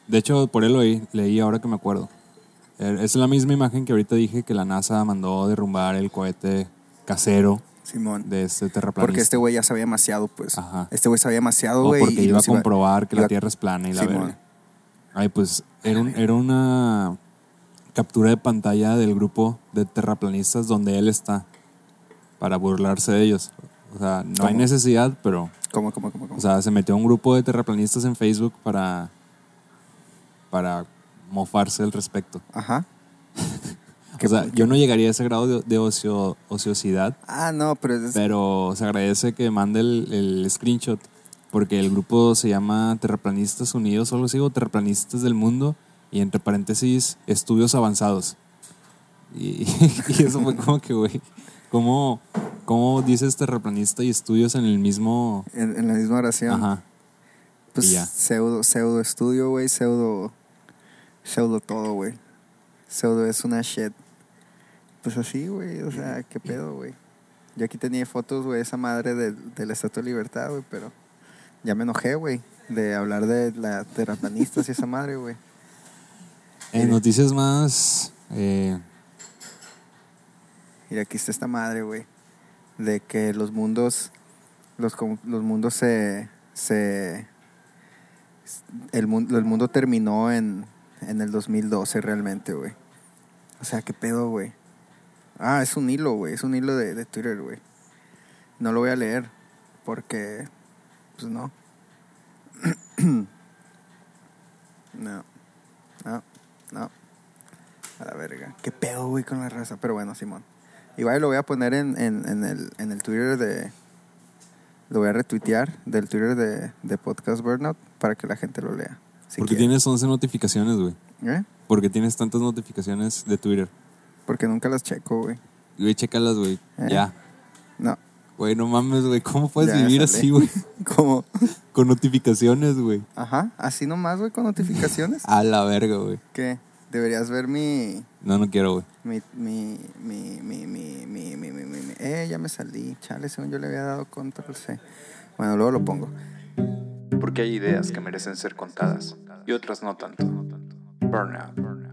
[SPEAKER 2] De hecho, por él lo leí, leí ahora que me acuerdo. Eh, Es la misma imagen que ahorita dije que la NASA mandó derrumbar el cohete casero
[SPEAKER 1] Simón.
[SPEAKER 2] de este terraplanista.
[SPEAKER 1] Porque este güey ya sabía demasiado, pues.
[SPEAKER 2] Ajá.
[SPEAKER 1] Este güey sabía demasiado,
[SPEAKER 2] O
[SPEAKER 1] güey.
[SPEAKER 2] porque
[SPEAKER 1] y
[SPEAKER 2] iba a
[SPEAKER 1] nos
[SPEAKER 2] comprobar que la
[SPEAKER 1] iba-
[SPEAKER 2] Tierra es plana y la
[SPEAKER 1] Simón.
[SPEAKER 2] verga. Ay, pues era, un- era una captura de pantalla del grupo de terraplanistas donde él está para burlarse de ellos. O sea, no hay
[SPEAKER 1] ¿Cómo?
[SPEAKER 2] necesidad, pero
[SPEAKER 1] ¿Cómo, cómo, cómo? cómo?
[SPEAKER 2] O sea, se metió a un grupo de terraplanistas en Facebook para, para mofarse al respecto.
[SPEAKER 1] Ajá.
[SPEAKER 2] O sea, yo no llegaría a ese grado de, de ocio- ociosidad,
[SPEAKER 1] Ah, no, pero es-
[SPEAKER 2] pero se agradece que mande el, el screenshot, porque el grupo se llama Terraplanistas Unidos, solo sigo Terraplanistas del Mundo, y entre paréntesis, Estudios Avanzados. Y, y eso fue como que, güey, ¿cómo, ¿cómo dices terraplanista y estudios en el mismo...
[SPEAKER 1] En, en la misma oración.
[SPEAKER 2] Ajá.
[SPEAKER 1] Pues
[SPEAKER 2] y ya.
[SPEAKER 1] pseudo, pseudo estudio, güey, pseudo, pseudo todo, güey. Pseudo es una shit. Pues así, güey, o sea, qué pedo, güey. Yo aquí tenía fotos, güey, esa madre de, de la Estatua de Libertad, güey, pero ya me enojé, güey, de hablar de la terraplanistas y esa madre, güey.
[SPEAKER 2] En noticias más. eh,
[SPEAKER 1] Y aquí está esta madre, güey. De que los mundos. Los, com- los mundos se. se el, mundo, el mundo terminó en, en el 2012 realmente, güey. O sea, qué pedo, güey. Ah, es un hilo, güey. Es un hilo de, de Twitter, güey. No lo voy a leer porque. Pues no. no. No. No. A la verga. Qué pedo, güey, con la raza. Pero bueno, Simón. Igual lo voy a poner en, en- en el, en el Twitter de. Lo voy a retuitear del Twitter de, de Podcast Burnout para que la gente lo lea. si
[SPEAKER 2] Porque
[SPEAKER 1] quiere.
[SPEAKER 2] tienes 11 notificaciones, güey.
[SPEAKER 1] ¿Eh?
[SPEAKER 2] Porque tienes tantas notificaciones de Twitter.
[SPEAKER 1] Porque nunca las checo, güey.
[SPEAKER 2] Güey, chécalas, güey.
[SPEAKER 1] Eh.
[SPEAKER 2] Ya.
[SPEAKER 1] No.
[SPEAKER 2] Güey, no mames, güey. ¿Cómo puedes
[SPEAKER 1] Ya
[SPEAKER 2] vivir
[SPEAKER 1] sale.
[SPEAKER 2] así, güey?
[SPEAKER 1] Como,
[SPEAKER 2] Con notificaciones, güey.
[SPEAKER 1] ajá, así nomás, güey, con notificaciones.
[SPEAKER 2] A la verga, güey.
[SPEAKER 1] ¿Qué? Deberías ver mi.
[SPEAKER 2] No, no quiero, güey.
[SPEAKER 1] Mi, mi, mi, mi, mi, mi, mi, mi, mi, mi- Eh, ya me salí. Chale, según yo le había dado control C. Bueno, luego lo pongo.
[SPEAKER 3] Porque hay ideas que merecen ser contadas y otras Pues no tanto. Burnout.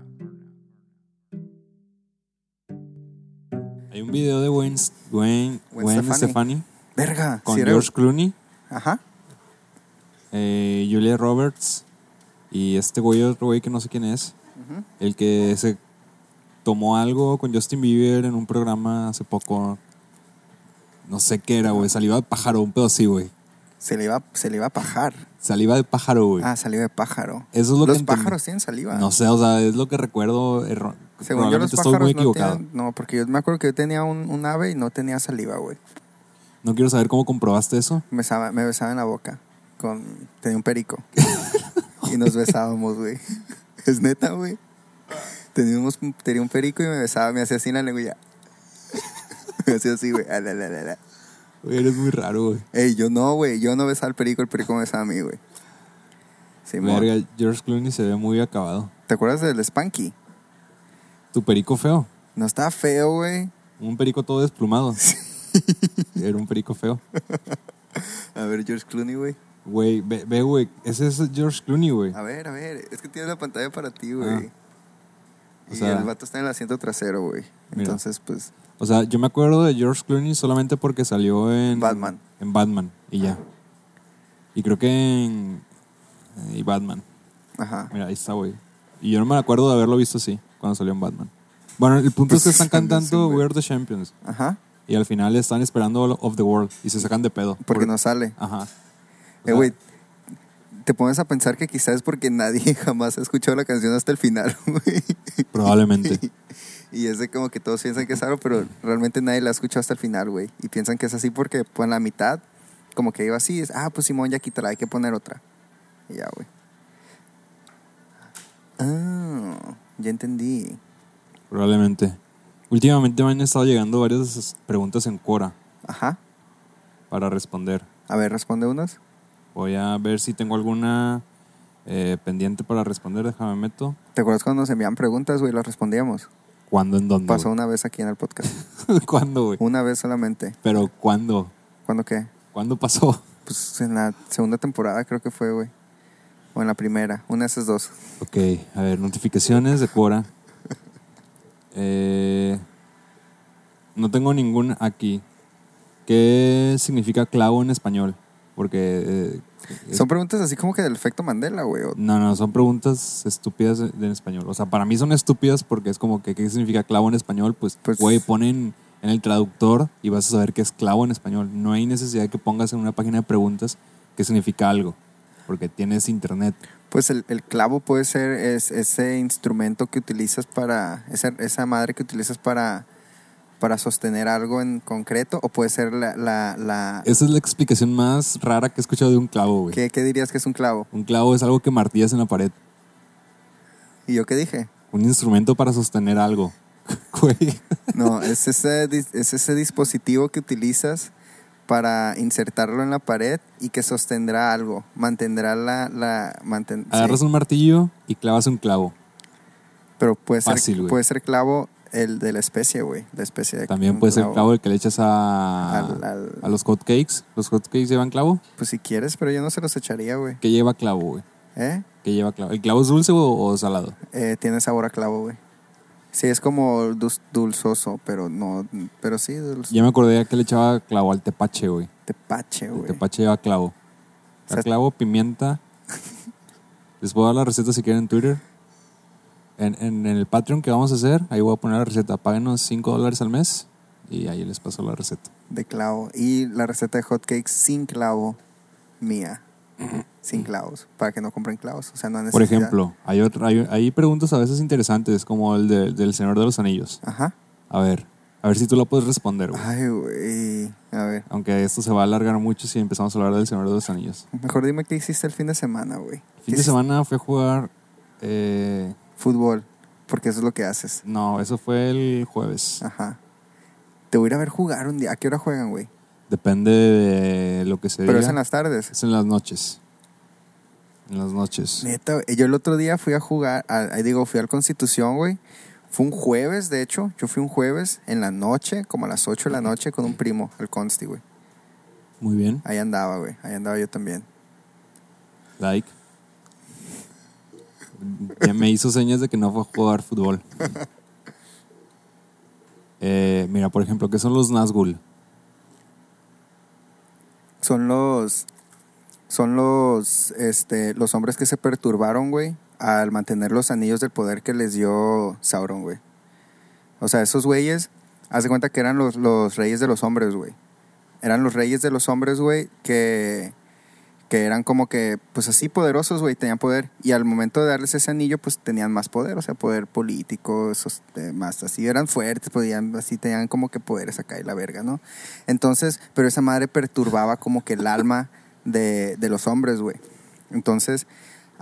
[SPEAKER 2] Hay un video de Wayne, Wayne,
[SPEAKER 1] Gwen
[SPEAKER 2] Gwen
[SPEAKER 1] Stefani.
[SPEAKER 2] Stefani
[SPEAKER 1] Verga.
[SPEAKER 2] con
[SPEAKER 1] si era-
[SPEAKER 2] George Clooney,
[SPEAKER 1] Ajá.
[SPEAKER 2] eh, Julia Roberts y este güey, otro güey que no sé quién es, el que se tomó algo con Justin Bieber en un programa hace poco. No sé qué era, güey. Saliva de pájaro, un pedo así, güey.
[SPEAKER 1] Se le iba, se le iba a pajar.
[SPEAKER 2] Saliva de pájaro, güey.
[SPEAKER 1] Ah, saliva de pájaro.
[SPEAKER 2] Eso es lo
[SPEAKER 1] los
[SPEAKER 2] que entendí.
[SPEAKER 1] pájaros tienen saliva.
[SPEAKER 2] No sé, o sea, es lo que recuerdo. erro-
[SPEAKER 1] Según yo, los
[SPEAKER 2] Probablemente estoy
[SPEAKER 1] pájaros
[SPEAKER 2] muy
[SPEAKER 1] no
[SPEAKER 2] equivocado.
[SPEAKER 1] tienen. No, porque yo me acuerdo que yo tenía un, un ave y no tenía saliva, güey.
[SPEAKER 2] No quiero saber cómo comprobaste eso.
[SPEAKER 1] Me besaba, me besaba en la boca. Con, tenía un perico. y nos besábamos, güey. Es neta, güey. Teníamos, un- tenía un perico y me besaba, me hacía así en la lengua. y ya. me hacía así, güey. Ah, la, la, la, la.
[SPEAKER 2] Güey, eres muy raro, güey.
[SPEAKER 1] Ey, yo no, güey. Yo no besaba al perico, el perico me besaba a mí, güey. Sí,
[SPEAKER 2] Verga, George Clooney se ve muy acabado.
[SPEAKER 1] ¿Te acuerdas del Spanky?
[SPEAKER 2] Tu perico feo.
[SPEAKER 1] No estaba feo, güey.
[SPEAKER 2] Un perico todo desplumado. Era un perico feo.
[SPEAKER 1] A ver, George Clooney, güey.
[SPEAKER 2] Güey, ve, ve, güey. Ese es George Clooney, güey.
[SPEAKER 1] A ver, a ver. Es que tienes la pantalla para ti, güey.
[SPEAKER 2] Ah. O
[SPEAKER 1] y
[SPEAKER 2] sea-
[SPEAKER 1] el vato está en el asiento trasero, güey.
[SPEAKER 2] Mira.
[SPEAKER 1] Entonces, pues,
[SPEAKER 2] O sea, yo me acuerdo de George Clooney solamente porque salió en.
[SPEAKER 1] Batman.
[SPEAKER 2] En Batman, y ya. Y creo que en. eh, Y Batman.
[SPEAKER 1] ajá.
[SPEAKER 2] Mira, ahí está, güey. Y yo no me acuerdo de haberlo visto así, cuando salió en Batman. Bueno, el punto
[SPEAKER 1] Pues,
[SPEAKER 2] es que están cantando We Are the Champions.
[SPEAKER 1] Ajá.
[SPEAKER 2] Y al final están esperando lo- Of the World. Y se sacan de pedo.
[SPEAKER 1] Porque no sale.
[SPEAKER 2] Ajá.
[SPEAKER 1] Eh, güey, te pones a pensar que quizás es porque nadie jamás ha escuchado la canción hasta el final, güey.
[SPEAKER 2] Probablemente.
[SPEAKER 1] Y es de como que todos piensan que es algo, pero realmente nadie la ha escuchado hasta el final, güey. Y piensan que es así porque, pues, en la mitad, como que iba así, es, ah, pues Simón ya quítala, hay que poner otra. Y ya, güey. Ah, ya entendí.
[SPEAKER 2] Probablemente. Últimamente me han estado llegando varias preguntas en Quora
[SPEAKER 1] Ajá.
[SPEAKER 2] para responder.
[SPEAKER 1] A ver, responde unas.
[SPEAKER 2] Voy a ver si tengo alguna eh, pendiente para responder. Déjame meto.
[SPEAKER 1] ¿Te acuerdas cuando nos enviaban preguntas, güey? Las respondíamos.
[SPEAKER 2] ¿Cuándo? ¿En dónde?
[SPEAKER 1] Pasó
[SPEAKER 2] güey?
[SPEAKER 1] una vez aquí en el podcast.
[SPEAKER 2] ¿Cuándo, güey?
[SPEAKER 1] Una vez solamente.
[SPEAKER 2] Pero ¿cuándo?
[SPEAKER 1] ¿Cuándo qué?
[SPEAKER 2] ¿Cuándo pasó?
[SPEAKER 1] Pues en la segunda temporada creo que fue, güey. O en la primera, una de esas dos.
[SPEAKER 2] Ok, a ver, notificaciones de Quora. Eh, no tengo ninguna aquí. ¿Qué significa clavo en español? Porque... eh, es-
[SPEAKER 1] Son preguntas así como que del efecto Mandela, güey. o-
[SPEAKER 2] No, no, son preguntas estúpidas de- en español. O sea, para mí son estúpidas porque es como que, ¿qué significa clavo en español? Pues,
[SPEAKER 1] Pues-
[SPEAKER 2] güey, ponen en el traductor y vas a saber qué es clavo en español. No hay necesidad que pongas en una página de preguntas qué significa algo, porque tienes internet.
[SPEAKER 1] Pues el, el clavo puede ser es, ese instrumento que utilizas para, esa, esa madre que utilizas para, para sostener algo en concreto, o puede ser la... la, la-
[SPEAKER 2] Esa es la explicación más rara que he escuchado de un clavo, güey.
[SPEAKER 1] ¿qué, qué dirías que es un clavo?
[SPEAKER 2] Un clavo es algo que martillas en la pared.
[SPEAKER 1] ¿Y yo qué dije?
[SPEAKER 2] Un instrumento para sostener algo. Güey.
[SPEAKER 1] No, es ese, dis- es ese dispositivo que utilizas para insertarlo en la pared y que sostendrá algo, mantendrá la... la manten- sí.
[SPEAKER 2] Agarras un martillo y clavas un clavo.
[SPEAKER 1] Pero puede ser,
[SPEAKER 2] Fácil, güey.
[SPEAKER 1] puede ser clavo el de la especie, güey. La especie de
[SPEAKER 2] También
[SPEAKER 1] un
[SPEAKER 2] puede ser clavo el que le echas a,
[SPEAKER 1] Al- al-
[SPEAKER 2] a los hotcakes. ¿Los hotcakes llevan clavo?
[SPEAKER 1] Pues si quieres, pero yo no se los echaría, güey.
[SPEAKER 2] ¿Qué lleva clavo, güey?
[SPEAKER 1] ¿Eh?
[SPEAKER 2] ¿Qué lleva clavo? ¿El clavo es dulce o, o salado?
[SPEAKER 1] Eh, tiene sabor a clavo, güey. Sí, es como dul- dulzoso, pero no. Pero sí, dulce.
[SPEAKER 2] Ya me acordé de que le echaba clavo al tepache, güey.
[SPEAKER 1] Tepache,
[SPEAKER 2] El
[SPEAKER 1] güey.
[SPEAKER 2] tepache lleva clavo.
[SPEAKER 1] O sea-
[SPEAKER 2] Lleva clavo, pimienta. Les puedo dar la receta si quieren en Twitter. En, en- en el Patreon que vamos a hacer, ahí voy a poner la receta. Páguenos 5 dólares al mes y ahí les paso la receta.
[SPEAKER 1] De clavo. Y la receta de hotcakes sin clavo, mía. Sin clavos. Para que no compren clavos. O sea, no hay
[SPEAKER 2] Por
[SPEAKER 1] necesidad.
[SPEAKER 2] ejemplo, hay, otra- hay, hay preguntas a veces interesantes, como el de- del Señor de los Anillos.
[SPEAKER 1] Ajá.
[SPEAKER 2] A ver, A ver si tú la puedes responder, güey.
[SPEAKER 1] Ay, güey. A ver.
[SPEAKER 2] Aunque esto se va a alargar mucho si empezamos a hablar del Señor de los Anillos.
[SPEAKER 1] Mejor dime qué hiciste el fin de semana, güey. ¿Qué
[SPEAKER 2] Fin de
[SPEAKER 1] hiciste?
[SPEAKER 2] semana fui a jugar. eh,
[SPEAKER 1] Fútbol. Porque eso es lo que haces.
[SPEAKER 2] no, eso fue el jueves.
[SPEAKER 1] Ajá. Te voy a ir a ver jugar un día. ¿A qué hora juegan, güey?
[SPEAKER 2] Depende de lo que se
[SPEAKER 1] Pero
[SPEAKER 2] diga.
[SPEAKER 1] es en las tardes.
[SPEAKER 2] Es en las noches. En las noches.
[SPEAKER 1] Neta, güey. yo el otro día fui a jugar, a- ahí digo, fui al Constitución, güey. Fue un jueves, de hecho. Yo fui un jueves en la noche, como a las 8 de la noche, con un primo al Consti, güey.
[SPEAKER 2] Muy bien.
[SPEAKER 1] Ahí andaba, güey. Ahí andaba yo también.
[SPEAKER 2] Like. Ya me hizo señas de que no fue a jugar fútbol. Eh, mira, por ejemplo, ¿qué son los Nazgul?
[SPEAKER 1] Son los. Son los. Este. Los hombres que se perturbaron, güey. Al mantener los anillos del poder que les dio Sauron, güey. O sea, esos güeyes. Haz de cuenta que eran los, los reyes de los hombres, güey. Eran los reyes de los hombres, güey. Que. Que eran como que. Pues así poderosos, güey. Tenían poder. Y al momento de darles ese anillo, pues tenían más poder. O sea, poder político. Esos. eh, más así. Eran fuertes. Podían. Así tenían como que poderes acá y la verga, ¿no? Entonces, pero esa madre perturbaba como que el alma de, de los hombres, güey. Entonces,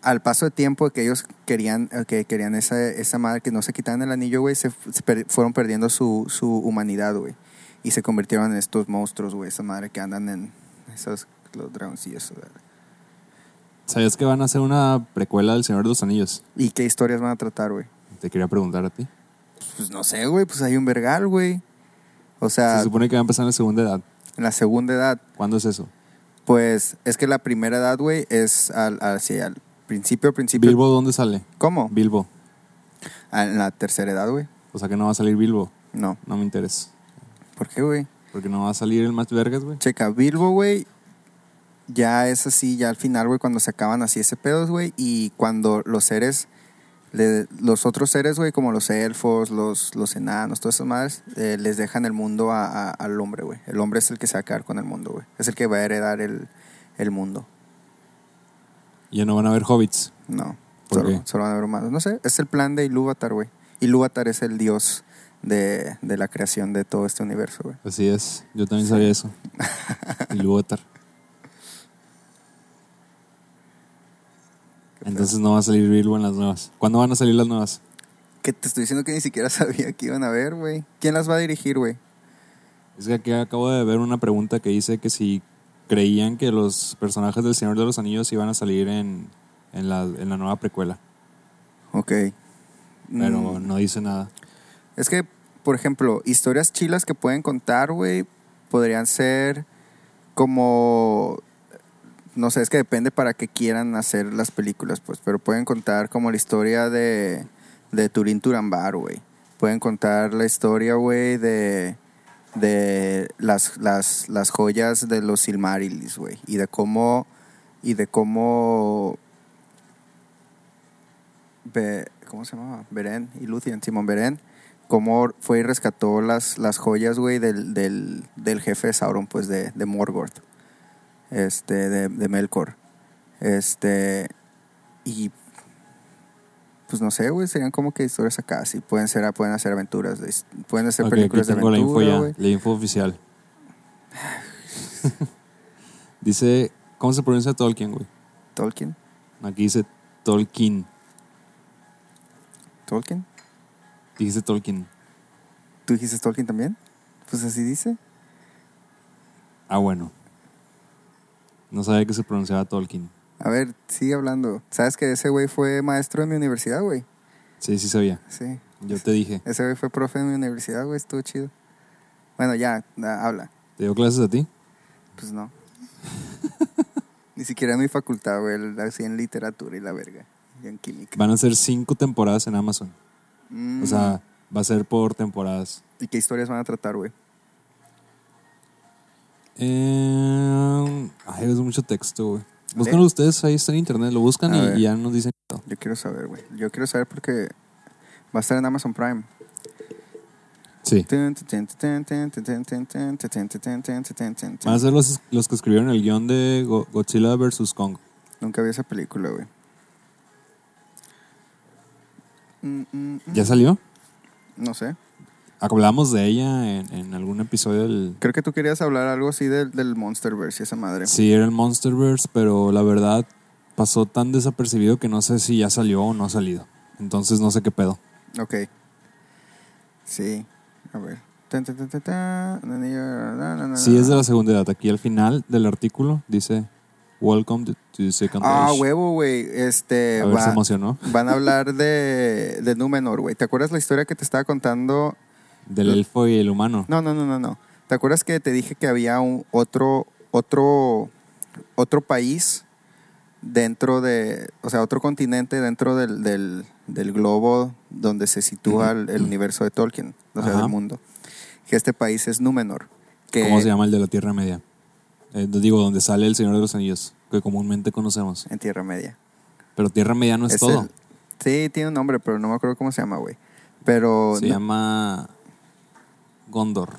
[SPEAKER 1] al paso de tiempo que ellos querían, eh, que querían esa, esa madre que no se quitaban el anillo, güey, se, f- se per- fueron perdiendo su, su humanidad, güey. Y se convirtieron en estos monstruos, güey, esa madre que andan en esos los dragoncillos. güey.
[SPEAKER 2] ¿Sabías que van a hacer una precuela del Señor de los Anillos?
[SPEAKER 1] ¿Y qué historias van a tratar, güey?
[SPEAKER 2] Te quería preguntar a ti.
[SPEAKER 1] Pues no sé, güey, pues hay un vergal, güey. O
[SPEAKER 2] Se
[SPEAKER 1] sea,
[SPEAKER 2] supone que va a empezar en la segunda edad.
[SPEAKER 1] en la segunda edad,
[SPEAKER 2] ¿Cuándo es eso?
[SPEAKER 1] pues es que la primera edad, güey, es al, hacia al principio, principio.
[SPEAKER 2] ¿Bilbo dónde sale?
[SPEAKER 1] ¿Cómo?
[SPEAKER 2] Bilbo.
[SPEAKER 1] Ah, En la tercera edad, güey.
[SPEAKER 2] O sea que no va a salir Bilbo.
[SPEAKER 1] No.
[SPEAKER 2] No me interesa.
[SPEAKER 1] ¿Por qué, güey?
[SPEAKER 2] Porque no va a salir el más vergas, güey.
[SPEAKER 1] Checa, Bilbo, güey. Ya es así, ya al final, güey, cuando se acaban así ese pedos, güey. Y cuando los seres, le- los otros seres, güey, como los elfos, los, los enanos, todas esas madres, eh, les dejan el mundo a- a- al hombre, güey. El hombre es el que se va a quedar con el mundo, güey. Es el que va a heredar el, el mundo.
[SPEAKER 2] Y ya no van a haber hobbits.
[SPEAKER 1] No.
[SPEAKER 2] ¿Por
[SPEAKER 1] solo,
[SPEAKER 2] qué?
[SPEAKER 1] solo van a haber humanos. No sé, es el plan de Ilúvatar, güey. Ilúvatar es el dios de, de la creación de todo este universo, güey.
[SPEAKER 2] Así es. Yo también sabía eso. Y Lugotar. Entonces no va a salir Bilbo en las nuevas. ¿Cuándo van a salir las nuevas?
[SPEAKER 1] Que te estoy diciendo que ni siquiera sabía que iban a ver, güey. ¿Quién las va a dirigir, güey?
[SPEAKER 2] Es que aquí acabo de ver una pregunta que dice que si creían que los personajes del Señor de los Anillos iban a salir en, en, la, en la nueva precuela.
[SPEAKER 1] Ok.
[SPEAKER 2] Pero
[SPEAKER 1] Mm,
[SPEAKER 2] no dice nada.
[SPEAKER 1] Es que, por ejemplo, historias chilas que pueden contar, güey, podrían ser como. No sé, es que depende para qué quieran hacer las películas, pues. Pero pueden contar como la historia de. De Turín Turambar, güey. Pueden contar la historia, güey, de. De las, las, las joyas de los Silmarils, güey. Y de cómo. Y de cómo Be- ¿cómo se llamaba? Beren y Lucien, Simón Beren, cómo fue y rescató las, las joyas, güey, del, del, del jefe de Sauron, pues de, de Morgoth, este, de, de Melkor. Este, y pues no sé, güey, serían como que historias acá, así pueden ser, pueden hacer aventuras, de his- pueden hacer
[SPEAKER 2] Ok,
[SPEAKER 1] películas de
[SPEAKER 2] aquí tengo la info
[SPEAKER 1] aventura,
[SPEAKER 2] ya,
[SPEAKER 1] güey.
[SPEAKER 2] la info oficial. dice, ¿cómo se pronuncia Tolkien, güey?
[SPEAKER 1] Tolkien,
[SPEAKER 2] Aquí dice Tolkien.
[SPEAKER 1] Tolkien,
[SPEAKER 2] Dijiste Tolkien.
[SPEAKER 1] ¿tú dijiste Tolkien también? Pues así dice.
[SPEAKER 2] Ah, bueno. No sabía que se pronunciaba Tolkien.
[SPEAKER 1] A ver, sigue hablando. ¿Sabes que ese güey fue maestro de mi universidad, güey?
[SPEAKER 2] Sí, sí sabía.
[SPEAKER 1] Sí.
[SPEAKER 2] Yo te dije.
[SPEAKER 1] Ese güey fue profe en mi universidad, güey, estuvo chido. Bueno, ya, na- habla.
[SPEAKER 2] ¿Te dio clases a ti?
[SPEAKER 1] Pues no. Ni siquiera en mi facultad, güey, él hacía en literatura y la verga. Y en química.
[SPEAKER 2] Van a ser cinco temporadas en Amazon.
[SPEAKER 1] Mm,
[SPEAKER 2] O sea, va a ser por temporadas.
[SPEAKER 1] ¿Y qué historias van a tratar, güey?
[SPEAKER 2] Eh, ay, es mucho texto, güey.
[SPEAKER 1] Eh.
[SPEAKER 2] Búscanlo ustedes, ahí está en internet. Lo buscan
[SPEAKER 1] A
[SPEAKER 2] y,
[SPEAKER 1] ver.
[SPEAKER 2] y ya nos dicen. todo.
[SPEAKER 1] Yo quiero saber, güey. Yo quiero saber porque va a estar en Amazon Prime.
[SPEAKER 2] Sí. Van a ser los, los que escribieron el guión de Go- Godzilla vs. Kong.
[SPEAKER 1] Nunca vi esa película, güey. Mm, mm, mm.
[SPEAKER 2] ¿Ya salió?
[SPEAKER 1] No sé.
[SPEAKER 2] Hablamos de ella en, en algún episodio del...
[SPEAKER 1] Creo que tú querías hablar algo así del, del Monsterverse y esa madre.
[SPEAKER 2] Sí, era el Monsterverse, pero la verdad pasó tan desapercibido que no sé si ya salió o no ha salido. Entonces no sé qué pedo.
[SPEAKER 1] Ok. Sí. A ver. Tan, tan, tan, tan, tan. Na, na, na, na, na.
[SPEAKER 2] Sí, es de la segunda edad. Aquí al final del artículo dice, Welcome to the second
[SPEAKER 1] Ah,
[SPEAKER 2] age".
[SPEAKER 1] huevo, güey. Este.
[SPEAKER 2] A ver,
[SPEAKER 1] va-
[SPEAKER 2] se emocionó.
[SPEAKER 1] Van a hablar de, de Númenor, güey. ¿Te acuerdas la historia que te estaba contando?
[SPEAKER 2] Del elfo y el humano.
[SPEAKER 1] No, no, no, no, no. ¿Te acuerdas que te dije que había un otro, otro, otro país dentro de, o sea, otro continente dentro del, del, del globo donde se sitúa el, el universo de Tolkien, o sea,
[SPEAKER 2] Ajá.
[SPEAKER 1] del mundo? Que este país es Númenor. Que,
[SPEAKER 2] ¿Cómo se llama el de la Tierra Media? Eh, digo, donde sale el Señor de los Anillos, que comúnmente conocemos.
[SPEAKER 1] En Tierra Media.
[SPEAKER 2] Pero Tierra Media no es,
[SPEAKER 1] Es
[SPEAKER 2] todo.
[SPEAKER 1] el- sí, tiene un nombre, pero no me acuerdo cómo se llama, güey. Pero
[SPEAKER 2] Se
[SPEAKER 1] no-
[SPEAKER 2] llama Gondor.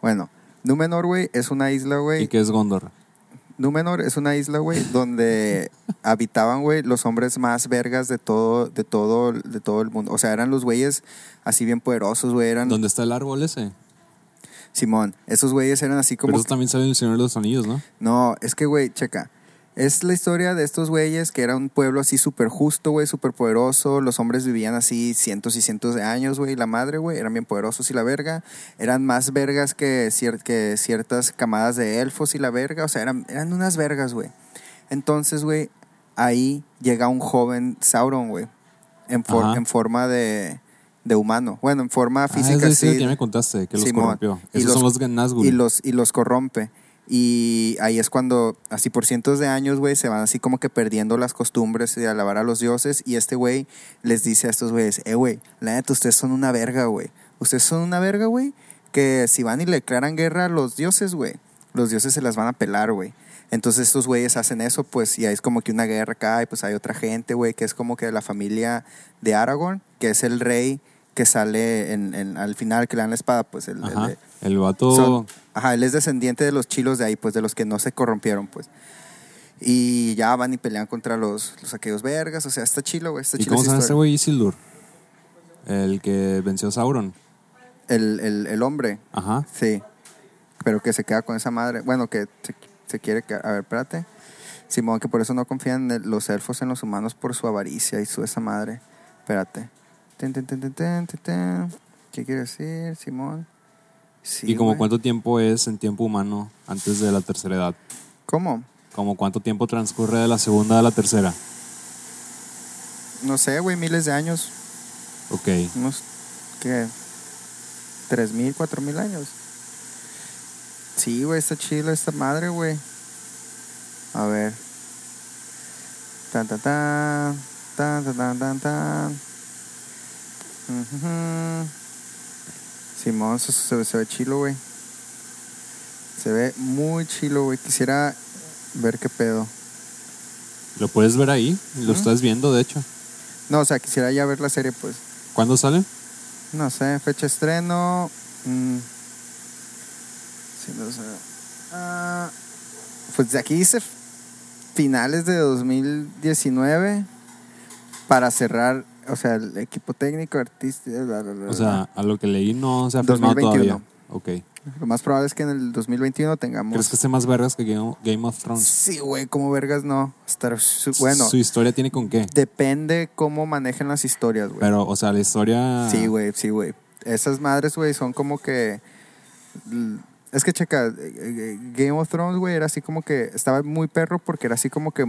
[SPEAKER 1] bueno, Númenor, güey, es una isla, güey.
[SPEAKER 2] ¿Y qué es Gondor?
[SPEAKER 1] Númenor es una isla, güey, donde habitaban, güey, los hombres más vergas de todo, de todo, de todo el mundo. O sea, eran los güeyes así bien poderosos, güey, eran
[SPEAKER 2] ¿Dónde está el árbol ese?
[SPEAKER 1] Simón. Esos güeyes eran así
[SPEAKER 2] Pero
[SPEAKER 1] como
[SPEAKER 2] eso también sale en el Señor de los Anillos, ¿no?
[SPEAKER 1] No, es que, güey, checa. Es la historia de estos güeyes que era un pueblo así súper justo, güey, súper poderoso. Los hombres vivían así cientos y cientos de años, güey. y La madre, güey, eran bien poderosos y la verga. Eran más vergas que, cier- que ciertas camadas de elfos y la verga. O sea, eran, eran unas vergas, güey. Entonces, güey, ahí llega un joven Sauron, güey. En, for-
[SPEAKER 2] Ajá.
[SPEAKER 1] en forma de, de humano. Bueno, en forma
[SPEAKER 2] Ah, es
[SPEAKER 1] física,
[SPEAKER 2] decir,
[SPEAKER 1] sí.
[SPEAKER 2] que ya me contaste, que los
[SPEAKER 1] Simón.
[SPEAKER 2] corrompió.
[SPEAKER 1] Y
[SPEAKER 2] Esos son
[SPEAKER 1] los-
[SPEAKER 2] los Nazgûl.
[SPEAKER 1] y los, y los corrompe. Y ahí es cuando, así por cientos de años, güey, se van así como que perdiendo las costumbres de alabar a los dioses. Y este güey les dice a estos güeyes, eh, güey, la neta, ustedes son una verga, güey. Ustedes son una verga, güey, que si van y le declaran guerra a los dioses, güey, los dioses se las van a pelar, güey. Entonces estos güeyes hacen eso, pues, y ahí es como que una guerra acá, y pues hay otra gente, güey, que es como que de la familia de Aragorn, que es el rey que sale en, en- al final, que le dan la espada, pues, el-
[SPEAKER 2] Ajá.
[SPEAKER 1] el,
[SPEAKER 2] El vato...
[SPEAKER 1] son- ajá, él es descendiente de los chilos de ahí, pues de los que no se corrompieron, pues. Y ya van y pelean contra los, los aquellos vergas, o sea, está chilo, güey, está
[SPEAKER 2] ¿Y
[SPEAKER 1] chilo
[SPEAKER 2] cómo se
[SPEAKER 1] esa
[SPEAKER 2] llama ese
[SPEAKER 1] historia.
[SPEAKER 2] güey Isildur? El que venció a Sauron. este
[SPEAKER 1] El, el, el hombre,
[SPEAKER 2] Ajá.
[SPEAKER 1] sí, pero que se queda con esa madre, bueno, que se, se quiere quedar, a ver, espérate. Simón, que por eso no confían en los elfos en los humanos por su avaricia y su esa madre. Espérate. Ten, ten, ten, ten, ten, ten, ten. ¿Qué quiere decir, Simón? Sí,
[SPEAKER 2] ¿Y como
[SPEAKER 1] güey.
[SPEAKER 2] cuánto tiempo es en tiempo humano antes de la tercera edad?
[SPEAKER 1] ¿Cómo?
[SPEAKER 2] ¿Como cuánto tiempo transcurre de la segunda a la tercera?
[SPEAKER 1] No sé, güey, miles de años.
[SPEAKER 2] Ok.
[SPEAKER 1] unos que tres mil, cuatro mil años. Sí, güey, está chido esta madre, güey. A ver. Tan tan tan tan tan tan tan tan. Ujujú. Simón, se, se ve- se ve chilo, güey. Se ve muy chilo, güey. Quisiera ver qué pedo.
[SPEAKER 2] ¿Lo puedes ver ahí? ¿Lo estás viendo, de hecho?
[SPEAKER 1] No, o sea, quisiera ya ver la serie, pues.
[SPEAKER 2] ¿Cuándo sale?
[SPEAKER 1] No sé, fecha de estreno. mm, sí, no sé. Ah, pues de aquí dice finales de 2019 para cerrar, o sea, el equipo técnico, artista. bla, bla, bla,
[SPEAKER 2] O sea, a lo que leí no se ha firmado
[SPEAKER 1] 2021.
[SPEAKER 2] todavía. Ok.
[SPEAKER 1] bla. lo más probable es que en el 2021 tengamos.
[SPEAKER 2] ¿Crees que esté más vergas que Game Game of Thrones?
[SPEAKER 1] Sí, güey, como vergas no. Estar su- bueno,
[SPEAKER 2] ¿Su historia tiene con qué?
[SPEAKER 1] depende cómo manejen las historias, güey.
[SPEAKER 2] Pero, o sea, la historia...
[SPEAKER 1] Sí, güey, sí, güey. Esas madres, güey, son como que... l- Es que, checa, eh, eh, Game of Thrones, güey, era así como que... Estaba muy perro porque era así como que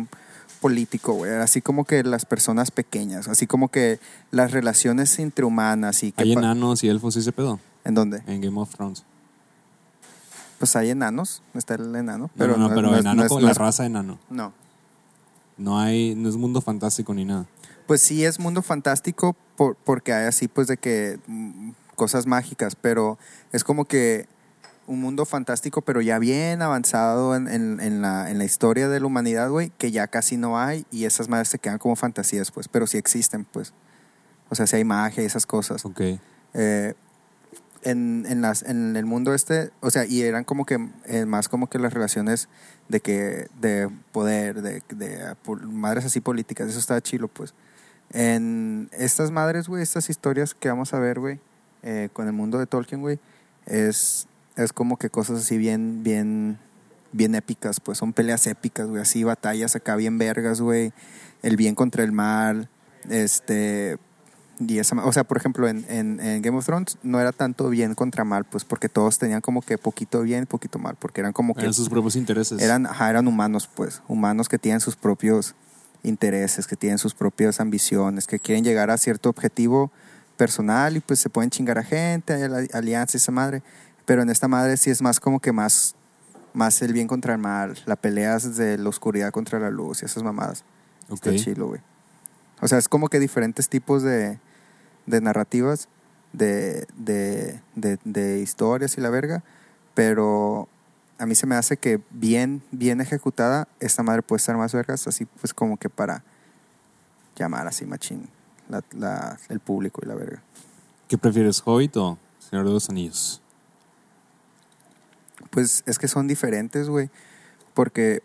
[SPEAKER 1] político, güey. Era así como que las personas pequeñas. Así como que las relaciones intrahumanas y... que
[SPEAKER 2] Hay
[SPEAKER 1] pa-
[SPEAKER 2] enanos y elfos y ese pedo
[SPEAKER 1] ¿En dónde?
[SPEAKER 2] en Game of Thrones.
[SPEAKER 1] Pues hay enanos. Está el enano.
[SPEAKER 2] No,
[SPEAKER 1] Pero
[SPEAKER 2] no,
[SPEAKER 1] no,
[SPEAKER 2] pero
[SPEAKER 1] no es-
[SPEAKER 2] enano
[SPEAKER 1] no es-
[SPEAKER 2] con
[SPEAKER 1] no
[SPEAKER 2] la
[SPEAKER 1] es-
[SPEAKER 2] raza enano.
[SPEAKER 1] No.
[SPEAKER 2] No hay... No es mundo fantástico ni nada.
[SPEAKER 1] Pues sí, es mundo fantástico por- porque hay así, pues, de que mm, cosas mágicas, pero es como que un mundo fantástico, pero ya bien avanzado en, en- en la, en la historia de la humanidad, güey, que ya casi no hay y esas madres se quedan como fantasías, pues, pero sí existen, pues. O sea, sí hay magia y esas cosas.
[SPEAKER 2] Ok.
[SPEAKER 1] Eh, en, en las, en el mundo este, o sea, y eran como que eh, más como que las relaciones de que de poder, de, de ah, pol- madres así políticas, eso está chilo, pues. En estas madres, güey, estas historias que vamos a ver, güey, eh, con el mundo de Tolkien, güey, es, es como que cosas así bien, bien, bien épicas, pues son peleas épicas, güey, así batallas acá bien vergas, güey, el bien contra el mal, este, y esa, ma- o sea, por ejemplo, en, en- en Game of Thrones no era tanto bien contra mal, pues porque todos tenían como que poquito bien, poquito mal, porque eran como que
[SPEAKER 2] Eran sus propios intereses.
[SPEAKER 1] eran, ajá, eran humanos, pues, humanos que tienen sus propios intereses, que tienen sus propias ambiciones, que quieren llegar a cierto objetivo personal y pues se pueden chingar a gente, hay la- alianza y esa madre. Pero en esta madre sí es más como que más, más el bien contra el mal, la pelea es de la oscuridad contra la luz y esas mamadas.
[SPEAKER 2] Ok.
[SPEAKER 1] Está chilo, güey. O sea, es como que diferentes tipos de, de narrativas, de, de, de- de historias y la verga, pero a mí se me hace que bien, bien ejecutada, esta madre puede estar más vergas, así pues como que para llamar así machín la- la- el público y la verga.
[SPEAKER 2] ¿Qué prefieres, Hobbit o Señor de los Anillos?
[SPEAKER 1] Pues es que son diferentes, güey. Porque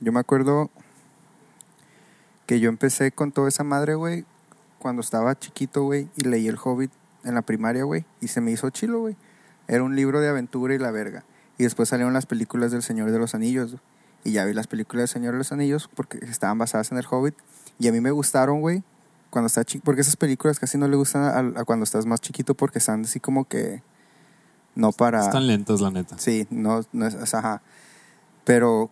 [SPEAKER 1] yo me acuerdo que yo empecé con toda esa madre, güey, cuando estaba chiquito, güey, y leí El Hobbit en la primaria, güey, y se me hizo chilo, güey. Era un libro de aventura y la verga. Y después salieron las películas del Señor de los Anillos, güey, y ya vi las películas del Señor de los Anillos porque estaban basadas en El Hobbit, y a mí me gustaron, güey, cuando estaba chiquito, porque esas películas casi no le gustan a, a cuando estás más chiquito porque están así como que no para...
[SPEAKER 2] Están lentas, la neta.
[SPEAKER 1] Sí, no, no es, es- ajá. Pero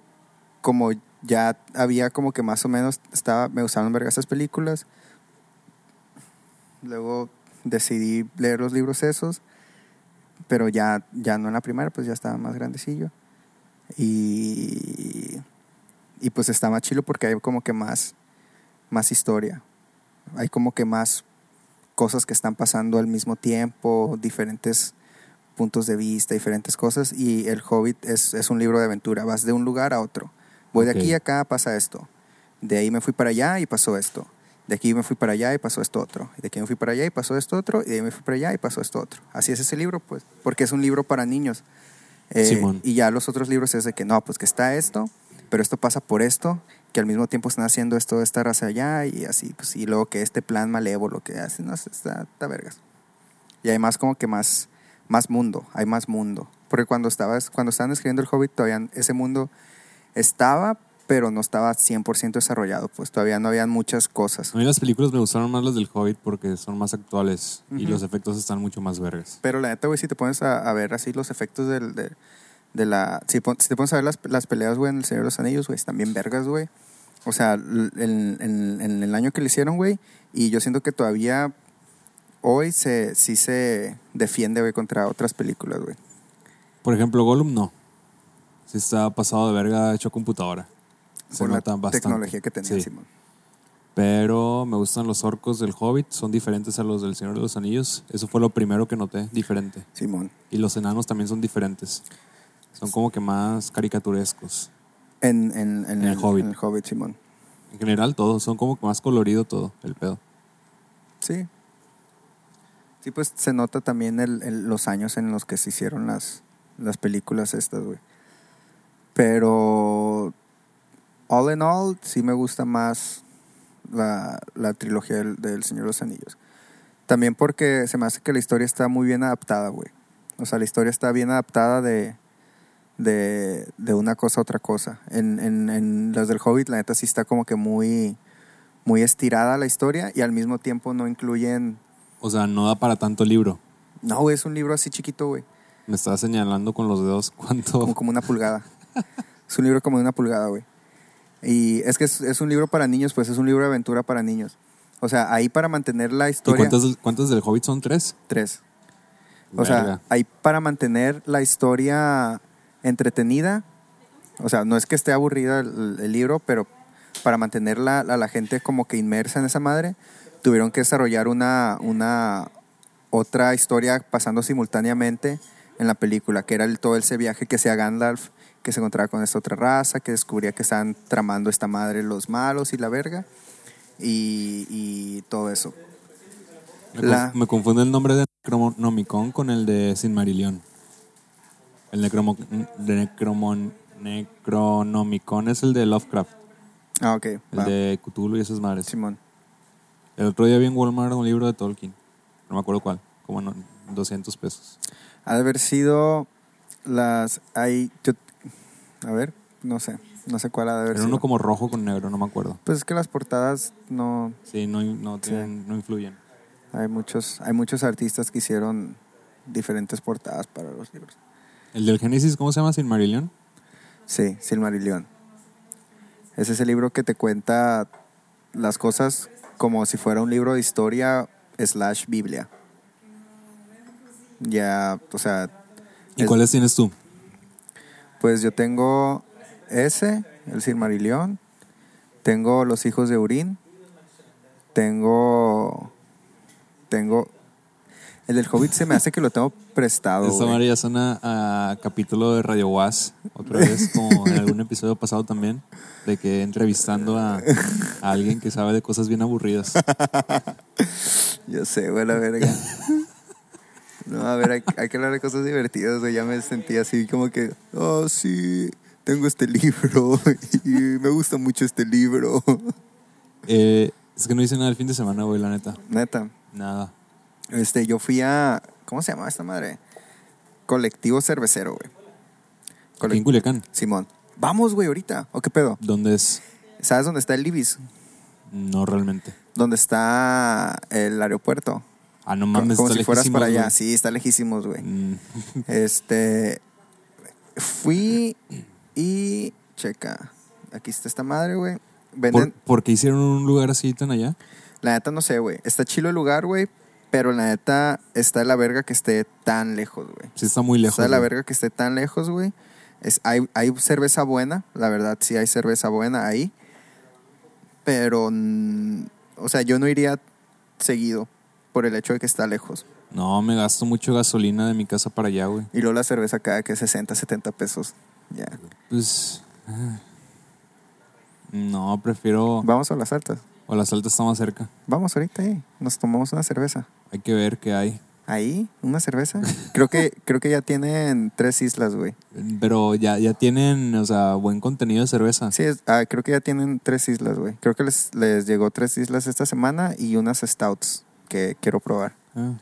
[SPEAKER 1] como ya había como que más o menos estaba, me gustaban verga esas películas. Luego decidí leer los libros esos, pero ya, ya no en la primera, pues ya estaba más grandecillo. Y, y pues está más chilo porque hay como que más, más historia. Hay como que más cosas que están pasando al mismo tiempo, diferentes puntos de vista, diferentes cosas. Y El Hobbit es, es un libro de aventura. Vas de un lugar a otro. Voy
[SPEAKER 2] Ok.
[SPEAKER 1] de aquí a acá, pasa esto. De ahí me fui para allá y pasó esto. De aquí me fui para allá y pasó esto otro. Y de aquí me fui para allá y pasó esto otro. Y de ahí me fui para allá y pasó esto otro. Así es ese libro, pues. Porque es un libro para niños. Eh,
[SPEAKER 2] Simón.
[SPEAKER 1] y ya los otros libros es de que no, pues que está esto, pero esto pasa por esto, que al mismo tiempo están haciendo esto de esta raza allá y así, pues, y luego que este plan malévolo que hace, no sé, está, está vergas. Y hay más como que más, más mundo, hay más mundo. Porque cuando, estabas, cuando estaban escribiendo El Hobbit, todavía ese mundo estaba, pero no estaba 100% desarrollado, pues todavía no habían muchas cosas.
[SPEAKER 2] A mí las películas me gustaron más las del Hobbit porque son más actuales y
[SPEAKER 1] Ujú.
[SPEAKER 2] los efectos están mucho más vergas.
[SPEAKER 1] Pero la neta, güey, si te pones a, a ver así los efectos del, de, de la... Si, pon- si te pones a ver las, las peleas, güey, en El Señor de los Anillos, güey, están bien vergas, güey. O sea, l- en, en- en el año que lo hicieron, güey, y yo siento que todavía hoy se, sí se defiende, güey, contra otras películas, güey.
[SPEAKER 2] Por ejemplo, Gollum no. Si está pasado de verga hecho computadora. Se
[SPEAKER 1] Por la
[SPEAKER 2] nota bastante.
[SPEAKER 1] tecnología que tenía
[SPEAKER 2] Sí.
[SPEAKER 1] Simón.
[SPEAKER 2] Pero me gustan los orcos del Hobbit, son diferentes a los del Señor de los Anillos. Eso fue lo primero que noté, diferente.
[SPEAKER 1] Simón.
[SPEAKER 2] Y los enanos también son diferentes. Son como que más caricaturescos.
[SPEAKER 1] En, en- en
[SPEAKER 2] En El Hobbit.
[SPEAKER 1] En el Hobbit, Simón.
[SPEAKER 2] En general, todos son como que más colorido todo, el pedo.
[SPEAKER 1] Sí. Sí, pues se nota también el- el- los años en los que se hicieron las, las películas estas, güey. Pero, all in all, sí me gusta más la, la trilogía del, del Señor de los Anillos. También porque se me hace que la historia está muy bien adaptada, güey. O sea, la historia está bien adaptada de, de, de una cosa a otra cosa. En, en, en las del Hobbit, la neta sí está como que muy, muy estirada la historia y al mismo tiempo no incluyen...
[SPEAKER 2] O sea, no da para tanto libro.
[SPEAKER 1] No, güey, es un libro así chiquito, güey.
[SPEAKER 2] Me está señalando con los dedos
[SPEAKER 1] Como,
[SPEAKER 2] cuánto.
[SPEAKER 1] como una pulgada. es un libro como de una pulgada, güey. Y es que es, es un libro para niños, pues es un libro de aventura para niños. O sea, ahí para mantener la
[SPEAKER 2] ¿Y
[SPEAKER 1] historia...
[SPEAKER 2] cuántas, cuántas del Hobbit son tres?
[SPEAKER 1] Tres. O sea,
[SPEAKER 2] Verga.
[SPEAKER 1] ahí para mantener la historia entretenida, o sea, no es que esté aburrida el, el libro, pero para mantenerla a la gente como que inmersa en esa madre, tuvieron que desarrollar una, una otra historia pasando simultáneamente en la película, que era el, todo ese viaje que hacía Gandalf, que se encontraba con esta otra raza, que descubría que estaban tramando esta madre los malos y la verga, y, y todo eso.
[SPEAKER 2] Me,
[SPEAKER 1] la-
[SPEAKER 2] conf- me confunde el nombre de Necronomicon con el de Silmarillion. El necromo, de necromon, Necronomicon es el de Lovecraft,
[SPEAKER 1] Ah, ok.
[SPEAKER 2] el
[SPEAKER 1] va,
[SPEAKER 2] de Cthulhu y esas madres.
[SPEAKER 1] Simón.
[SPEAKER 2] El otro día vi en Walmart un libro de Tolkien. No me acuerdo cuál. Como no, 200 pesos.
[SPEAKER 1] Ha de haber sido las. Hay, yo- a ver, no sé. No sé cuál ha de haber
[SPEAKER 2] Era
[SPEAKER 1] sido.
[SPEAKER 2] uno como rojo con negro, no me acuerdo.
[SPEAKER 1] Pues es que las portadas no.
[SPEAKER 2] Sí, no, no, tienen- no influyen.
[SPEAKER 1] Hay muchos, hay muchos artistas que hicieron diferentes portadas para los libros.
[SPEAKER 2] El del Génesis, ¿cómo se llama? Silmarillion.
[SPEAKER 1] Sí, Silmarillion. Es ese libro que te cuenta las cosas como si fuera un libro de historia slash Biblia. Ya, o sea,
[SPEAKER 2] ¿Y
[SPEAKER 1] Es-
[SPEAKER 2] cuáles tienes tú?
[SPEAKER 1] pues yo tengo ese, el Silmarillion, tengo Los hijos de Urín, tengo tengo el del Hobbit se me hace que lo tengo prestado.
[SPEAKER 2] Esta
[SPEAKER 1] güey.
[SPEAKER 2] María suena a capítulo de Radio Was, otra vez, como en algún episodio pasado también, de que entrevistando a, a alguien que sabe de cosas bien aburridas.
[SPEAKER 1] Yo sé, güey, la verga. No, a ver, hay, hay que hablar de cosas divertidas, güey. Ya me sentí así como que, oh, sí, tengo este libro y me gusta mucho este libro.
[SPEAKER 2] Eh, es que no hice nada el fin de semana, güey, la neta.
[SPEAKER 1] Neta,
[SPEAKER 2] Nada.
[SPEAKER 1] este, yo fui a, ¿cómo se llama esta madre? Colectivo Cervecero, güey.
[SPEAKER 2] Aquí en
[SPEAKER 1] Colec-
[SPEAKER 2] Culiacán,
[SPEAKER 1] Simón. Vamos, güey, ahorita. ¿O qué pedo?
[SPEAKER 2] ¿dónde es?
[SPEAKER 1] ¿Sabes dónde está el Ibis?
[SPEAKER 2] No realmente.
[SPEAKER 1] ¿Dónde está el aeropuerto?
[SPEAKER 2] Ah, no mames,
[SPEAKER 1] como
[SPEAKER 2] está
[SPEAKER 1] si fueras
[SPEAKER 2] lejísimos,
[SPEAKER 1] para allá.
[SPEAKER 2] güey.
[SPEAKER 1] Sí, está lejísimos, güey.
[SPEAKER 2] Mm,
[SPEAKER 1] Este. Fui y. Checa. Aquí está esta madre, güey.
[SPEAKER 2] ¿Por,
[SPEAKER 1] Venden.
[SPEAKER 2] por qué hicieron un lugar así tan allá?
[SPEAKER 1] La neta no sé, güey. Está chilo el lugar, güey. Pero la neta está de la verga que esté tan lejos, güey.
[SPEAKER 2] Sí, está muy lejos.
[SPEAKER 1] Está de la
[SPEAKER 2] güey.
[SPEAKER 1] verga que esté tan lejos, güey. Es, hay, hay cerveza buena, la verdad, sí hay cerveza buena ahí. Pero. mm, o sea, yo no iría seguido por el hecho de que está lejos.
[SPEAKER 2] No, me gasto mucho gasolina de mi casa para allá, güey.
[SPEAKER 1] Y luego la cerveza cada que 60, 70 pesos. Ya.
[SPEAKER 2] Pues. ah. No, prefiero.
[SPEAKER 1] Vamos a las altas.
[SPEAKER 2] O la salta está más cerca.
[SPEAKER 1] Vamos ahorita, eh. nos tomamos una cerveza.
[SPEAKER 2] Hay que ver qué hay.
[SPEAKER 1] Ahí, una cerveza. Creo que, creo que ya tienen tres islas, güey.
[SPEAKER 2] Pero ya, ya tienen, o sea, buen contenido de cerveza.
[SPEAKER 1] Sí, es- ah, creo que ya tienen tres islas, güey. Creo que les, les llegó tres islas esta semana y unas stouts que quiero probar.
[SPEAKER 2] Ah.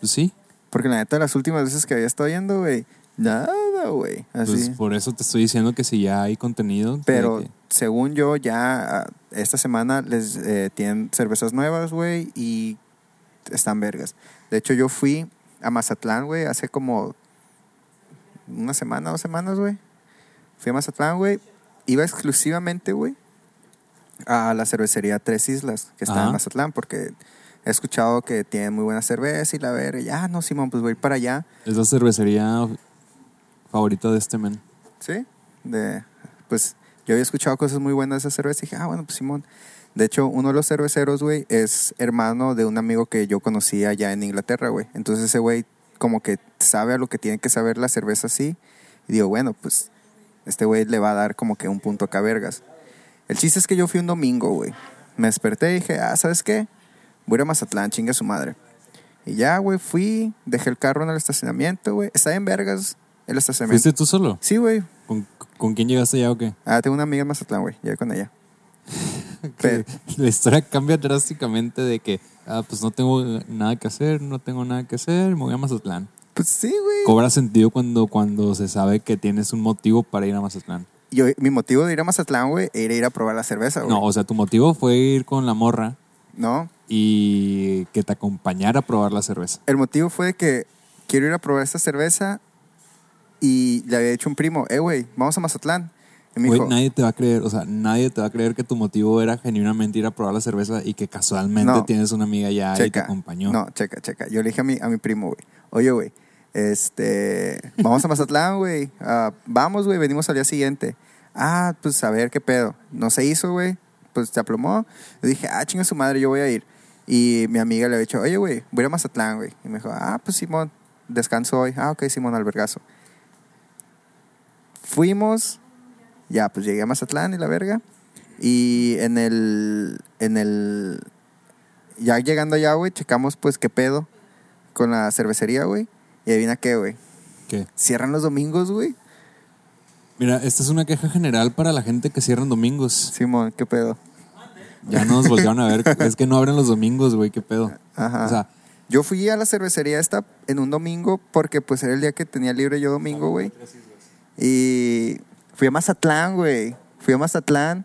[SPEAKER 2] Pues sí.
[SPEAKER 1] Porque la neta, las últimas veces que había estado yendo, güey, nada, güey.
[SPEAKER 2] Pues
[SPEAKER 1] Así.
[SPEAKER 2] por eso te estoy diciendo que si ya hay contenido. de
[SPEAKER 1] Ah, Pero
[SPEAKER 2] que-
[SPEAKER 1] según yo, ya ah, esta semana les eh, tienen cervezas nuevas, güey, y están vergas. De hecho, yo fui a Mazatlán, güey, hace como una semana, dos semanas, güey. Fui a Mazatlán, güey. Iba exclusivamente, güey, a la cervecería Tres Islas, que está
[SPEAKER 2] Ajá.
[SPEAKER 1] en Mazatlán, porque he escuchado que tienen muy buena cerveza y la verga. Y, Ah, no, Simón, pues voy para allá.
[SPEAKER 2] es la cervecería favorita de este men.
[SPEAKER 1] Sí. De, pues yo había escuchado cosas muy buenas de esa cerveza y dije, ah, bueno, pues Simón. De hecho, uno de los cerveceros, güey, es hermano de un amigo que yo conocí allá en Inglaterra, güey. Entonces ese güey como que sabe a lo que tiene que saber la cerveza así. Y digo, bueno, pues este güey le va a dar como que un punto acá vergas. El chiste es que yo fui un domingo, güey. Me desperté y dije, ah, ¿sabes qué? Voy a ir a Mazatlán, chinga su madre. Y ya, güey, fui, dejé el carro en el estacionamiento, güey. Está en vergas el estacionamiento.
[SPEAKER 2] ¿Fuiste tú solo?
[SPEAKER 1] Sí, güey,
[SPEAKER 2] ¿Con, con quién llegaste allá o qué?
[SPEAKER 1] Ah, tengo una amiga en Mazatlán, güey. Ya con ella.
[SPEAKER 2] que
[SPEAKER 1] Pero-
[SPEAKER 2] la historia cambia drásticamente de que, ah, pues no tengo nada que hacer, no tengo nada que hacer, me voy a Mazatlán.
[SPEAKER 1] Pues sí, güey.
[SPEAKER 2] Cobra sentido cuando, cuando se sabe que tienes un motivo para ir a Mazatlán.
[SPEAKER 1] Yo, mi motivo de ir a Mazatlán, güey, era ir a probar la cerveza, güey.
[SPEAKER 2] No, o sea, tu motivo fue ir con la morra
[SPEAKER 1] No.
[SPEAKER 2] y que te acompañara a probar la cerveza.
[SPEAKER 1] El motivo fue de que quiero ir a probar esta cerveza y le había dicho un primo, eh, güey, vamos a Mazatlán. Y me
[SPEAKER 2] Güey,
[SPEAKER 1] dijo,
[SPEAKER 2] nadie te va a creer, o sea, nadie te va a creer que tu motivo era genuinamente ir a probar la cerveza y que casualmente
[SPEAKER 1] No.
[SPEAKER 2] tienes una amiga ya y te
[SPEAKER 1] checa.
[SPEAKER 2] acompañó.
[SPEAKER 1] No, checa, checa. Yo le dije a mi, a mi primo, güey, oye, güey, este, vamos a Mazatlán, güey. Ah, vamos, güey, venimos al día siguiente. Ah, pues a ver qué pedo. No se hizo, güey. Pues se aplomó. Le dije, ah, chinga su madre, yo voy a ir. Y mi amiga le había dicho, oye, güey, voy a ir a Mazatlán, güey. Y me dijo, ah, pues Simón, descanso hoy. Ah, ok, Simón, albergazo. Fuimos, ya, pues llegué a Mazatlán y la verga. Y en el, en el, ya llegando allá, güey, checamos pues qué pedo con la cervecería, güey. Y adivina qué, güey.
[SPEAKER 2] ¿Qué?
[SPEAKER 1] Cierran los domingos, güey.
[SPEAKER 2] Mira, esta es una queja general para la gente que cierran domingos.
[SPEAKER 1] Simón, qué pedo.
[SPEAKER 2] Ya no nos volvieron a ver. Es que no abren los domingos, güey, qué pedo.
[SPEAKER 1] Ajá.
[SPEAKER 2] O sea,
[SPEAKER 1] Yo fui a la cervecería esta en un domingo porque pues era el día que tenía libre yo domingo, güey. Y fui a Mazatlán, güey. Fui a Mazatlán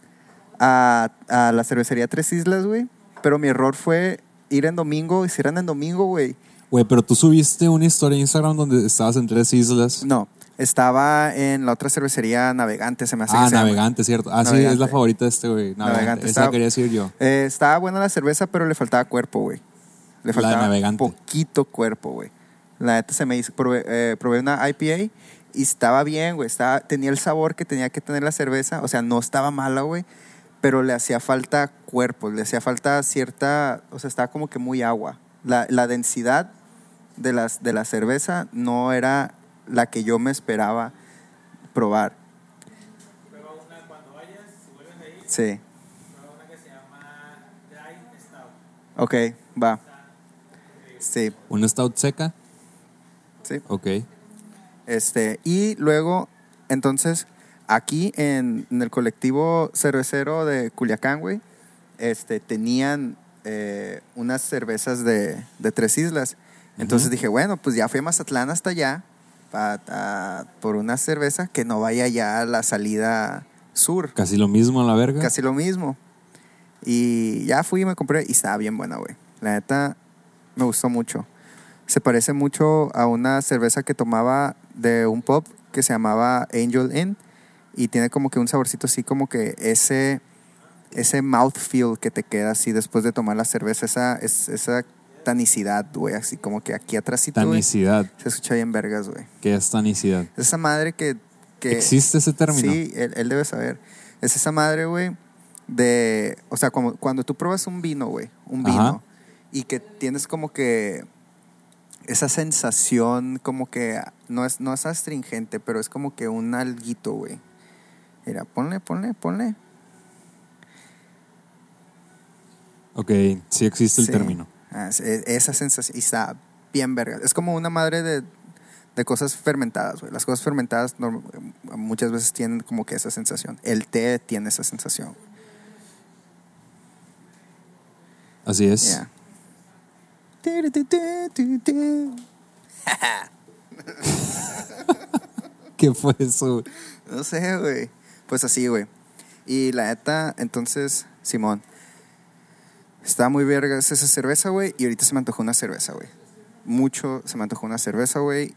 [SPEAKER 1] a, a la cervecería Tres Islas, güey. Pero mi error fue ir en domingo y cierran en domingo, güey.
[SPEAKER 2] Güey, pero tú subiste una historia en Instagram donde estabas en tres islas.
[SPEAKER 1] No, estaba en la otra cervecería Navegante, se me hace
[SPEAKER 2] ah,
[SPEAKER 1] que se llama.
[SPEAKER 2] navegante, cierto. Ah, sí,
[SPEAKER 1] Navegante.
[SPEAKER 2] es la favorita de este, güey. Navegante.
[SPEAKER 1] Navegante,
[SPEAKER 2] Esa
[SPEAKER 1] estaba-
[SPEAKER 2] quería decir yo.
[SPEAKER 1] Eh, estaba buena la cerveza, pero le faltaba cuerpo, güey. Le
[SPEAKER 2] de
[SPEAKER 1] faltaba
[SPEAKER 2] Navegante.
[SPEAKER 1] poquito cuerpo, güey. La neta se me hizo, probé, eh, probé una IPA y estaba bien, güey. Estaba- Tenía el sabor que tenía que tener la cerveza. O sea, no estaba mala, güey. Pero le hacía falta cuerpo, le hacía falta cierta, o sea, estaba como que muy agua. La, la densidad de, las, de la cerveza no era la que yo me esperaba probar. Sí. Ok, va. Sí,
[SPEAKER 2] Una stout seca,
[SPEAKER 1] sí.
[SPEAKER 2] ok.
[SPEAKER 1] Este, y luego, entonces, aquí en, en el colectivo cervecero de Culiacán, güey, este, tenían eh, unas cervezas de, de Tres Islas. Entonces dije, bueno, pues ya fui a Mazatlán hasta allá pa- a- por una cerveza que no vaya ya a la salida sur.
[SPEAKER 2] Casi lo mismo a la verga.
[SPEAKER 1] Casi lo mismo. Y ya fui y me compré y estaba bien buena, güey. La neta, me gustó mucho. Se parece mucho a una cerveza que tomaba de un pub que se llamaba Angel Inn y tiene como que un saborcito así como que ese ese mouthfeel que te queda así después de tomar la cerveza, esa es- esa tanicidad, güey, así como que aquí atrásito, güey. Se
[SPEAKER 2] Tanicidad.
[SPEAKER 1] escucha bien vergas, güey.
[SPEAKER 2] ¿Qué es tanicidad?
[SPEAKER 1] Esa madre que, que
[SPEAKER 2] ¿Existe ese término?
[SPEAKER 1] Sí, él, él debe saber. Es esa madre, güey, de... O sea, como cuando tú pruebas un vino, güey, un
[SPEAKER 2] Ajá.
[SPEAKER 1] vino, y que tienes como que esa sensación como que no es, no es astringente, pero es como que un alguito, güey. Mira, ponle, ponle, ponle.
[SPEAKER 2] Ok, sí existe el
[SPEAKER 1] Sí.
[SPEAKER 2] término.
[SPEAKER 1] Ah, es- es- esa sensación. Y está bien verga. Es como una madre de, de cosas fermentadas, güey. Las cosas fermentadas norm- muchas veces tienen como que esa sensación. El té tiene esa sensación.
[SPEAKER 2] Así es.
[SPEAKER 1] Ya. Tiri, ti, ti, ti, ti.
[SPEAKER 2] ¿Qué fue eso? güey?
[SPEAKER 1] No sé, güey. Pues así, güey. Y la neta, entonces, Simón. Está muy vergas esa cerveza, güey. Y ahorita se me antojó una cerveza, güey. Mucho se me antojó una cerveza, güey.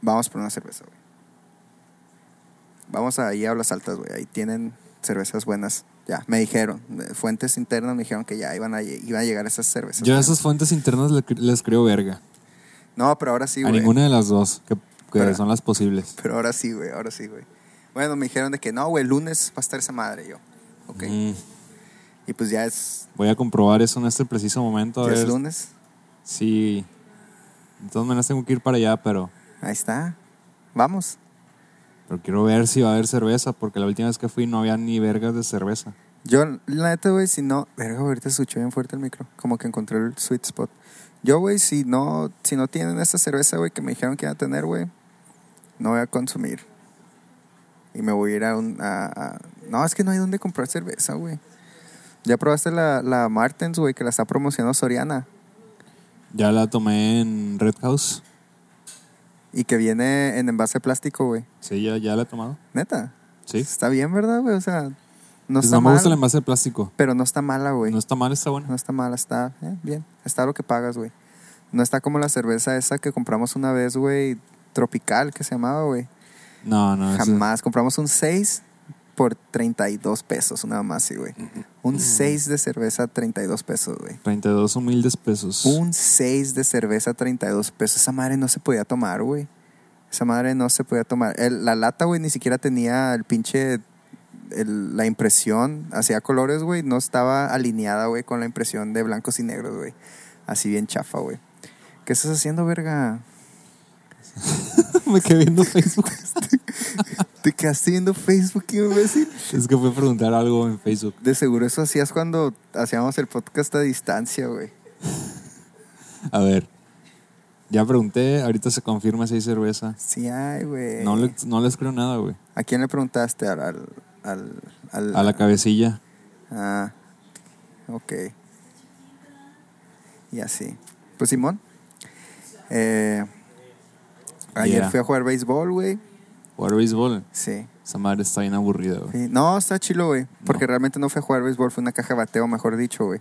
[SPEAKER 1] Vamos por una cerveza, güey. Vamos ahí a Las Altas, güey. Ahí tienen cervezas buenas. Ya, me dijeron. eh, Fuentes internas me dijeron que ya iban a, lle- iban a llegar esas cervezas.
[SPEAKER 2] Yo a
[SPEAKER 1] buenas.
[SPEAKER 2] esas fuentes internas le- les creo verga.
[SPEAKER 1] No, pero ahora sí,
[SPEAKER 2] a
[SPEAKER 1] güey.
[SPEAKER 2] ninguna de las dos, que, que
[SPEAKER 1] Pero-
[SPEAKER 2] son las posibles.
[SPEAKER 1] Pero ahora sí, güey, ahora sí, güey. Bueno, me dijeron de que no, güey, lunes va a estar esa madre. y Yo, ok.
[SPEAKER 2] Mm,
[SPEAKER 1] Y pues ya es,
[SPEAKER 2] voy a comprobar eso en este preciso momento. A
[SPEAKER 1] ya es
[SPEAKER 2] ver
[SPEAKER 1] lunes.
[SPEAKER 2] si. De todas maneras tengo que ir para allá, pero,
[SPEAKER 1] Ahí está. Vamos.
[SPEAKER 2] pero quiero ver si va a haber cerveza, porque la última vez que fui no había ni vergas de cerveza.
[SPEAKER 1] Yo, la neta, güey, si no. Verga, güey, ahorita escuché bien fuerte el micro. Como que encontré el sweet spot. Yo, güey, si no, si no tienen esta cerveza, güey, que me dijeron que iban a tener, güey, no voy a consumir. Y me voy a ir a un. a- a- No, es que no hay dónde comprar cerveza, güey. Ya probaste la, la Martens, güey, que la está promocionando Soriana.
[SPEAKER 2] Ya la tomé en Red House.
[SPEAKER 1] Y que viene en envase plástico, güey.
[SPEAKER 2] Sí, ya, ya la he tomado.
[SPEAKER 1] Neta.
[SPEAKER 2] Sí.
[SPEAKER 1] Está bien, ¿verdad, güey? O sea, no
[SPEAKER 2] Pues
[SPEAKER 1] está
[SPEAKER 2] no me
[SPEAKER 1] mal.
[SPEAKER 2] gusta el envase de plástico.
[SPEAKER 1] Pero no está mala, güey.
[SPEAKER 2] No
[SPEAKER 1] No,
[SPEAKER 2] está mal, está bueno.
[SPEAKER 1] está mala, está eh, bien. Está lo que pagas, güey. No está como la cerveza esa que compramos una vez, güey, tropical, que se llamaba, güey.
[SPEAKER 2] No, no. esa-
[SPEAKER 1] Jamás. Compramos un 6 por 32 pesos, nada más, sí, güey. Un 6 de cerveza, 32 pesos, güey.
[SPEAKER 2] 32 humildes pesos.
[SPEAKER 1] Un 6 de cerveza, 32 pesos. Esa madre no se podía tomar, güey. Esa madre no se podía tomar. El- la lata, güey, ni siquiera tenía el pinche. el- la impresión, hacía colores, güey. No estaba alineada, güey, con la impresión de blancos y negros, güey. Así bien chafa, güey. ¿Qué estás haciendo, verga?
[SPEAKER 2] me quedé viendo Facebook.
[SPEAKER 1] ¿Te quedaste viendo Facebook, imbécil?
[SPEAKER 2] es que fue a preguntar algo en Facebook.
[SPEAKER 1] De seguro eso hacías cuando hacíamos el podcast a distancia, güey.
[SPEAKER 2] A ver. Ya pregunté, ahorita se confirma si hay cerveza.
[SPEAKER 1] Sí, ay, güey.
[SPEAKER 2] No, le- no les creo nada, güey.
[SPEAKER 1] ¿A quién le preguntaste? Al, al, al, al-
[SPEAKER 2] A la cabecilla.
[SPEAKER 1] Ah, ok. Y así. Pues Simón. Eh, ayer
[SPEAKER 2] Yeah.
[SPEAKER 1] fui a jugar béisbol, güey.
[SPEAKER 2] Jugar béisbol.
[SPEAKER 1] Sí.
[SPEAKER 2] Esa madre está bien aburrida, güey.
[SPEAKER 1] Sí. No, está chilo, güey. Porque realmente no fue a jugar béisbol, fue una caja de bateo, mejor dicho, güey.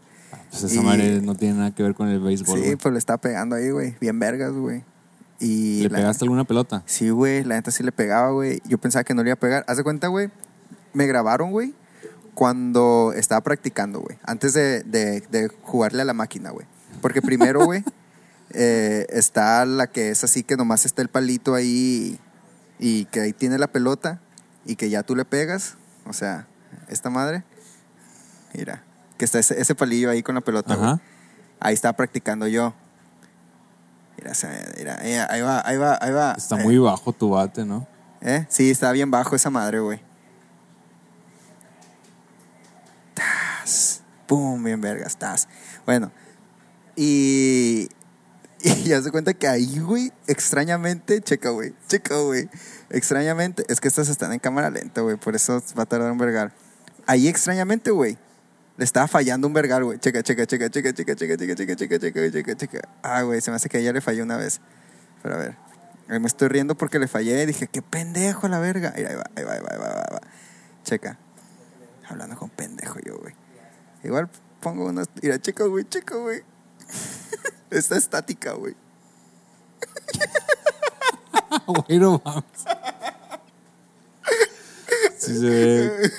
[SPEAKER 2] Pues esa
[SPEAKER 1] Y-
[SPEAKER 2] madre no tiene nada que ver con el béisbol.
[SPEAKER 1] Sí,
[SPEAKER 2] güey.
[SPEAKER 1] pues le estaba pegando ahí, güey. Bien vergas, güey. Y
[SPEAKER 2] ¿Le
[SPEAKER 1] la-
[SPEAKER 2] pegaste alguna pelota?
[SPEAKER 1] Sí, güey, la neta sí le pegaba, güey. Yo pensaba que no le iba a pegar. Haz de cuenta, güey, me grabaron, güey, cuando estaba practicando, güey. Antes de, de- de jugarle a la máquina, güey. Porque primero, güey, eh, está la que es así que nomás está el palito ahí y que ahí tiene la pelota y que ya tú le pegas. O sea, esta madre. Mira, que está ese, ese palillo ahí con la pelota, güey.
[SPEAKER 2] Ajá.
[SPEAKER 1] Ahí estaba practicando yo. Mira, se- mira, eh, ahí va, ahí va, ahí va.
[SPEAKER 2] Está
[SPEAKER 1] Eh,
[SPEAKER 2] muy bajo tu bate, ¿no?
[SPEAKER 1] ¿Eh? Sí, está bien bajo esa madre, güey. Tas. Pum, bien vergas, tas. Bueno, y. Y ya se cuenta que ahí, güey, extrañamente, checa, güey, checa, güey. Extrañamente, es que estas están en cámara lenta, güey, por eso va a tardar un vergar. Ahí extrañamente, güey, le estaba fallando un vergar, güey. Checa, checa, checa, checa, checa, checa, checa, checa, checa, checa, checa, checa. Ah, güey, se me hace que ya le fallé una vez. Pero a ver. Ahí Me estoy riendo porque le fallé. Dije, qué pendejo la verga. Mira, ahí va, ahí va, ahí va, ahí va, ahí va. Checa. Hablando con pendejo yo, güey. Igual pongo unos. Mira, checa, güey, checa, güey. Está estática, güey.
[SPEAKER 2] Ah, Güey, no mames. Sí, se ve.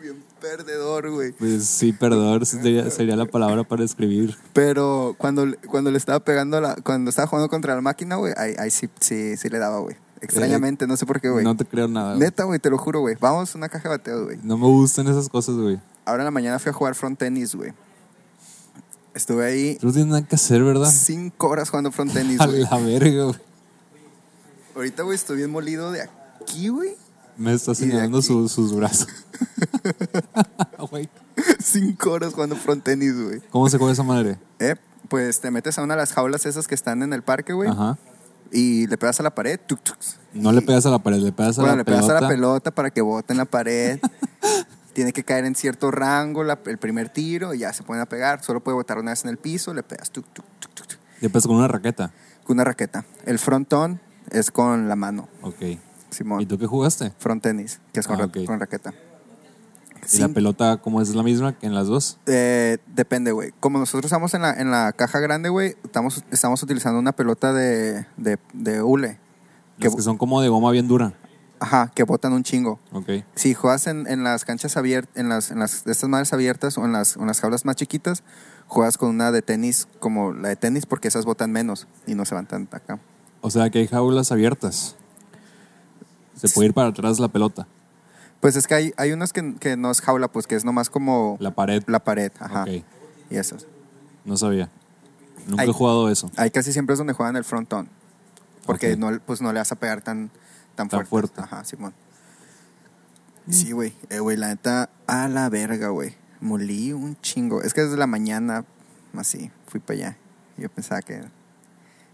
[SPEAKER 1] Bien perdedor, güey.
[SPEAKER 2] Pues sí, perdón. Sería, sería la palabra para describir.
[SPEAKER 1] Pero cuando, cuando le estaba pegando a la. Cuando estaba jugando contra la máquina, güey, ahí, ahí sí, sí, sí le daba, güey. Extrañamente, no sé por qué, güey.
[SPEAKER 2] No te creo nada. güey.
[SPEAKER 1] Neta, güey, te lo juro, güey. Vamos a una caja de bateo, güey.
[SPEAKER 2] No me gustan esas cosas, güey.
[SPEAKER 1] Ahora en la mañana fui a jugar front tenis, güey. Estuve ahí
[SPEAKER 2] Tú no tienes nada que hacer, ¿verdad?
[SPEAKER 1] cinco horas jugando front tenis,
[SPEAKER 2] A
[SPEAKER 1] güey.
[SPEAKER 2] la verga, güey.
[SPEAKER 1] Ahorita, güey, estoy bien molido de aquí, güey.
[SPEAKER 2] Me está
[SPEAKER 1] de
[SPEAKER 2] señalando
[SPEAKER 1] aquí.
[SPEAKER 2] su- sus brazos. Güey,
[SPEAKER 1] Cinco horas jugando front tenis, güey.
[SPEAKER 2] ¿Cómo se come esa madre?
[SPEAKER 1] Eh, pues te metes a una de las jaulas esas que están en el parque, güey.
[SPEAKER 2] Ajá.
[SPEAKER 1] Y le pegas a la pared. Tuc, tuc.
[SPEAKER 2] No le pegas a la pared, le pegas a
[SPEAKER 1] Bueno,
[SPEAKER 2] la
[SPEAKER 1] le
[SPEAKER 2] pelota.
[SPEAKER 1] pegas a la pelota para que bote en la pared. Tiene que caer en cierto rango la- el primer tiro y ya se pueden a pegar. Solo puede botar una vez en el piso. Le pegas tuc, tuc, tuc, tuc, tuc,
[SPEAKER 2] Le pegas con una raqueta.
[SPEAKER 1] con una raqueta. El frontón es con la mano,
[SPEAKER 2] Ok. ¿Y
[SPEAKER 1] Simón.
[SPEAKER 2] tú qué jugaste?
[SPEAKER 1] Front tenis, que es con, ra-
[SPEAKER 2] Ah, ok.
[SPEAKER 1] con raqueta.
[SPEAKER 2] ¿Y la
[SPEAKER 1] Cin-
[SPEAKER 2] pelota cómo es la misma que en las dos?
[SPEAKER 1] Eh, depende, güey. Como nosotros estamos en la, en la caja grande, güey, estamos, estamos utilizando una pelota de, de, de hule. Que,
[SPEAKER 2] Las que son como de goma bien dura.
[SPEAKER 1] Ajá, que botan un chingo.
[SPEAKER 2] Ok.
[SPEAKER 1] Si juegas en, en las canchas abiertas, en las, en las de estas madres abiertas o en las, en las jaulas más chiquitas, juegas con una de tenis como la de tenis porque esas botan menos y no se van tan acá.
[SPEAKER 2] O sea que hay jaulas abiertas. Se puede ir para atrás la pelota,
[SPEAKER 1] Pues es que hay, hay unas que, que no es jaula, pues que es nomás como la,
[SPEAKER 2] la pared.
[SPEAKER 1] pared. Ajá.
[SPEAKER 2] Ok.
[SPEAKER 1] Y esas.
[SPEAKER 2] No sabía. Nunca
[SPEAKER 1] Ay.
[SPEAKER 2] he jugado eso.
[SPEAKER 1] Ahí casi siempre es donde juegan el frontón. Porque
[SPEAKER 2] Ok.
[SPEAKER 1] no, pues no le vas a pegar tan, tan,
[SPEAKER 2] Tan
[SPEAKER 1] fuerte.
[SPEAKER 2] fuerte. Mm.
[SPEAKER 1] Ajá, Simón. Sí, güey. Eh, güey, la neta, a la verga, güey. Molí un chingo. Es que desde la mañana, así, fui para allá. Yo pensaba que,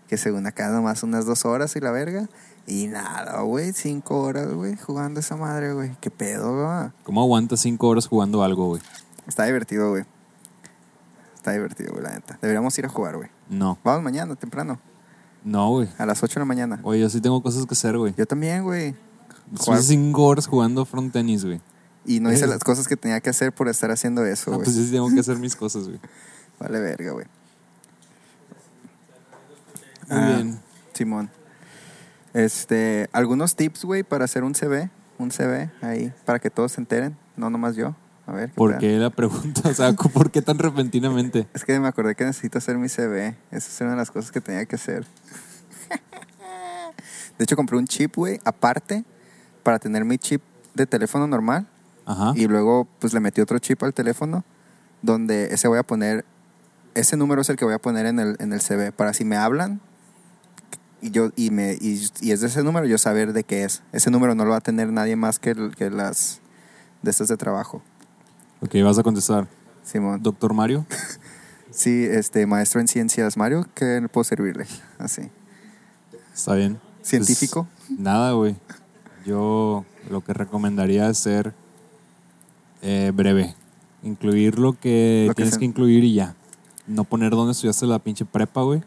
[SPEAKER 1] que según acá nomás unas dos horas y la verga. Y nada, güey, cinco horas, güey, jugando esa madre, güey. Qué pedo, güey.
[SPEAKER 2] ¿Cómo aguantas cinco horas jugando algo, güey?
[SPEAKER 1] Está divertido, güey. Está divertido, güey, la neta. Deberíamos ir a jugar, güey.
[SPEAKER 2] No.
[SPEAKER 1] Vamos mañana, temprano.
[SPEAKER 2] No, güey.
[SPEAKER 1] A las 8 de la mañana.
[SPEAKER 2] Oye, yo sí tengo cosas que hacer, güey.
[SPEAKER 1] Yo también, güey.
[SPEAKER 2] Estuve
[SPEAKER 1] Jugar.
[SPEAKER 2] cinco horas jugando front tenis, güey.
[SPEAKER 1] Y no hice
[SPEAKER 2] Eh.
[SPEAKER 1] las cosas que tenía que hacer por estar haciendo eso,
[SPEAKER 2] Ah,
[SPEAKER 1] güey.
[SPEAKER 2] pues yo sí tengo que hacer mis cosas, güey.
[SPEAKER 1] Vale verga, güey.
[SPEAKER 2] Muy
[SPEAKER 1] Ah,
[SPEAKER 2] bien.
[SPEAKER 1] Simón. Este, algunos tips, güey, para hacer un CV. Un CV ahí, para que todos se enteren. No nomás yo. A ver. ¿qué
[SPEAKER 2] ¿Por
[SPEAKER 1] pedo?
[SPEAKER 2] qué la pregunta? O sea, ¿por qué tan repentinamente?
[SPEAKER 1] Es que me acordé que necesito hacer mi CV. Esa es una de las cosas que tenía que hacer. De hecho, compré un chip, güey, aparte, para tener mi chip de teléfono normal.
[SPEAKER 2] Ajá.
[SPEAKER 1] Y luego, pues le metí otro chip al teléfono, donde ese voy a poner, ese número es el que voy a poner en el, en el CV, para si me hablan y, yo, y, me, y, y es de ese número, yo saber de qué es. Ese número no lo va a tener nadie más que, el- que las de estas de trabajo.
[SPEAKER 2] Ok, vas a contestar.
[SPEAKER 1] Simón.
[SPEAKER 2] Doctor Mario,
[SPEAKER 1] Sí, este, maestro en ciencias, Mario, ¿qué le puedo servirle? Así.
[SPEAKER 2] está bien.
[SPEAKER 1] ¿Científico?
[SPEAKER 2] Pues, nada, güey. Yo lo que recomendaría es ser eh, breve. Incluir lo que
[SPEAKER 1] Lo que
[SPEAKER 2] tienes
[SPEAKER 1] se-
[SPEAKER 2] que incluir y ya. no poner dónde estudiaste la pinche prepa, güey.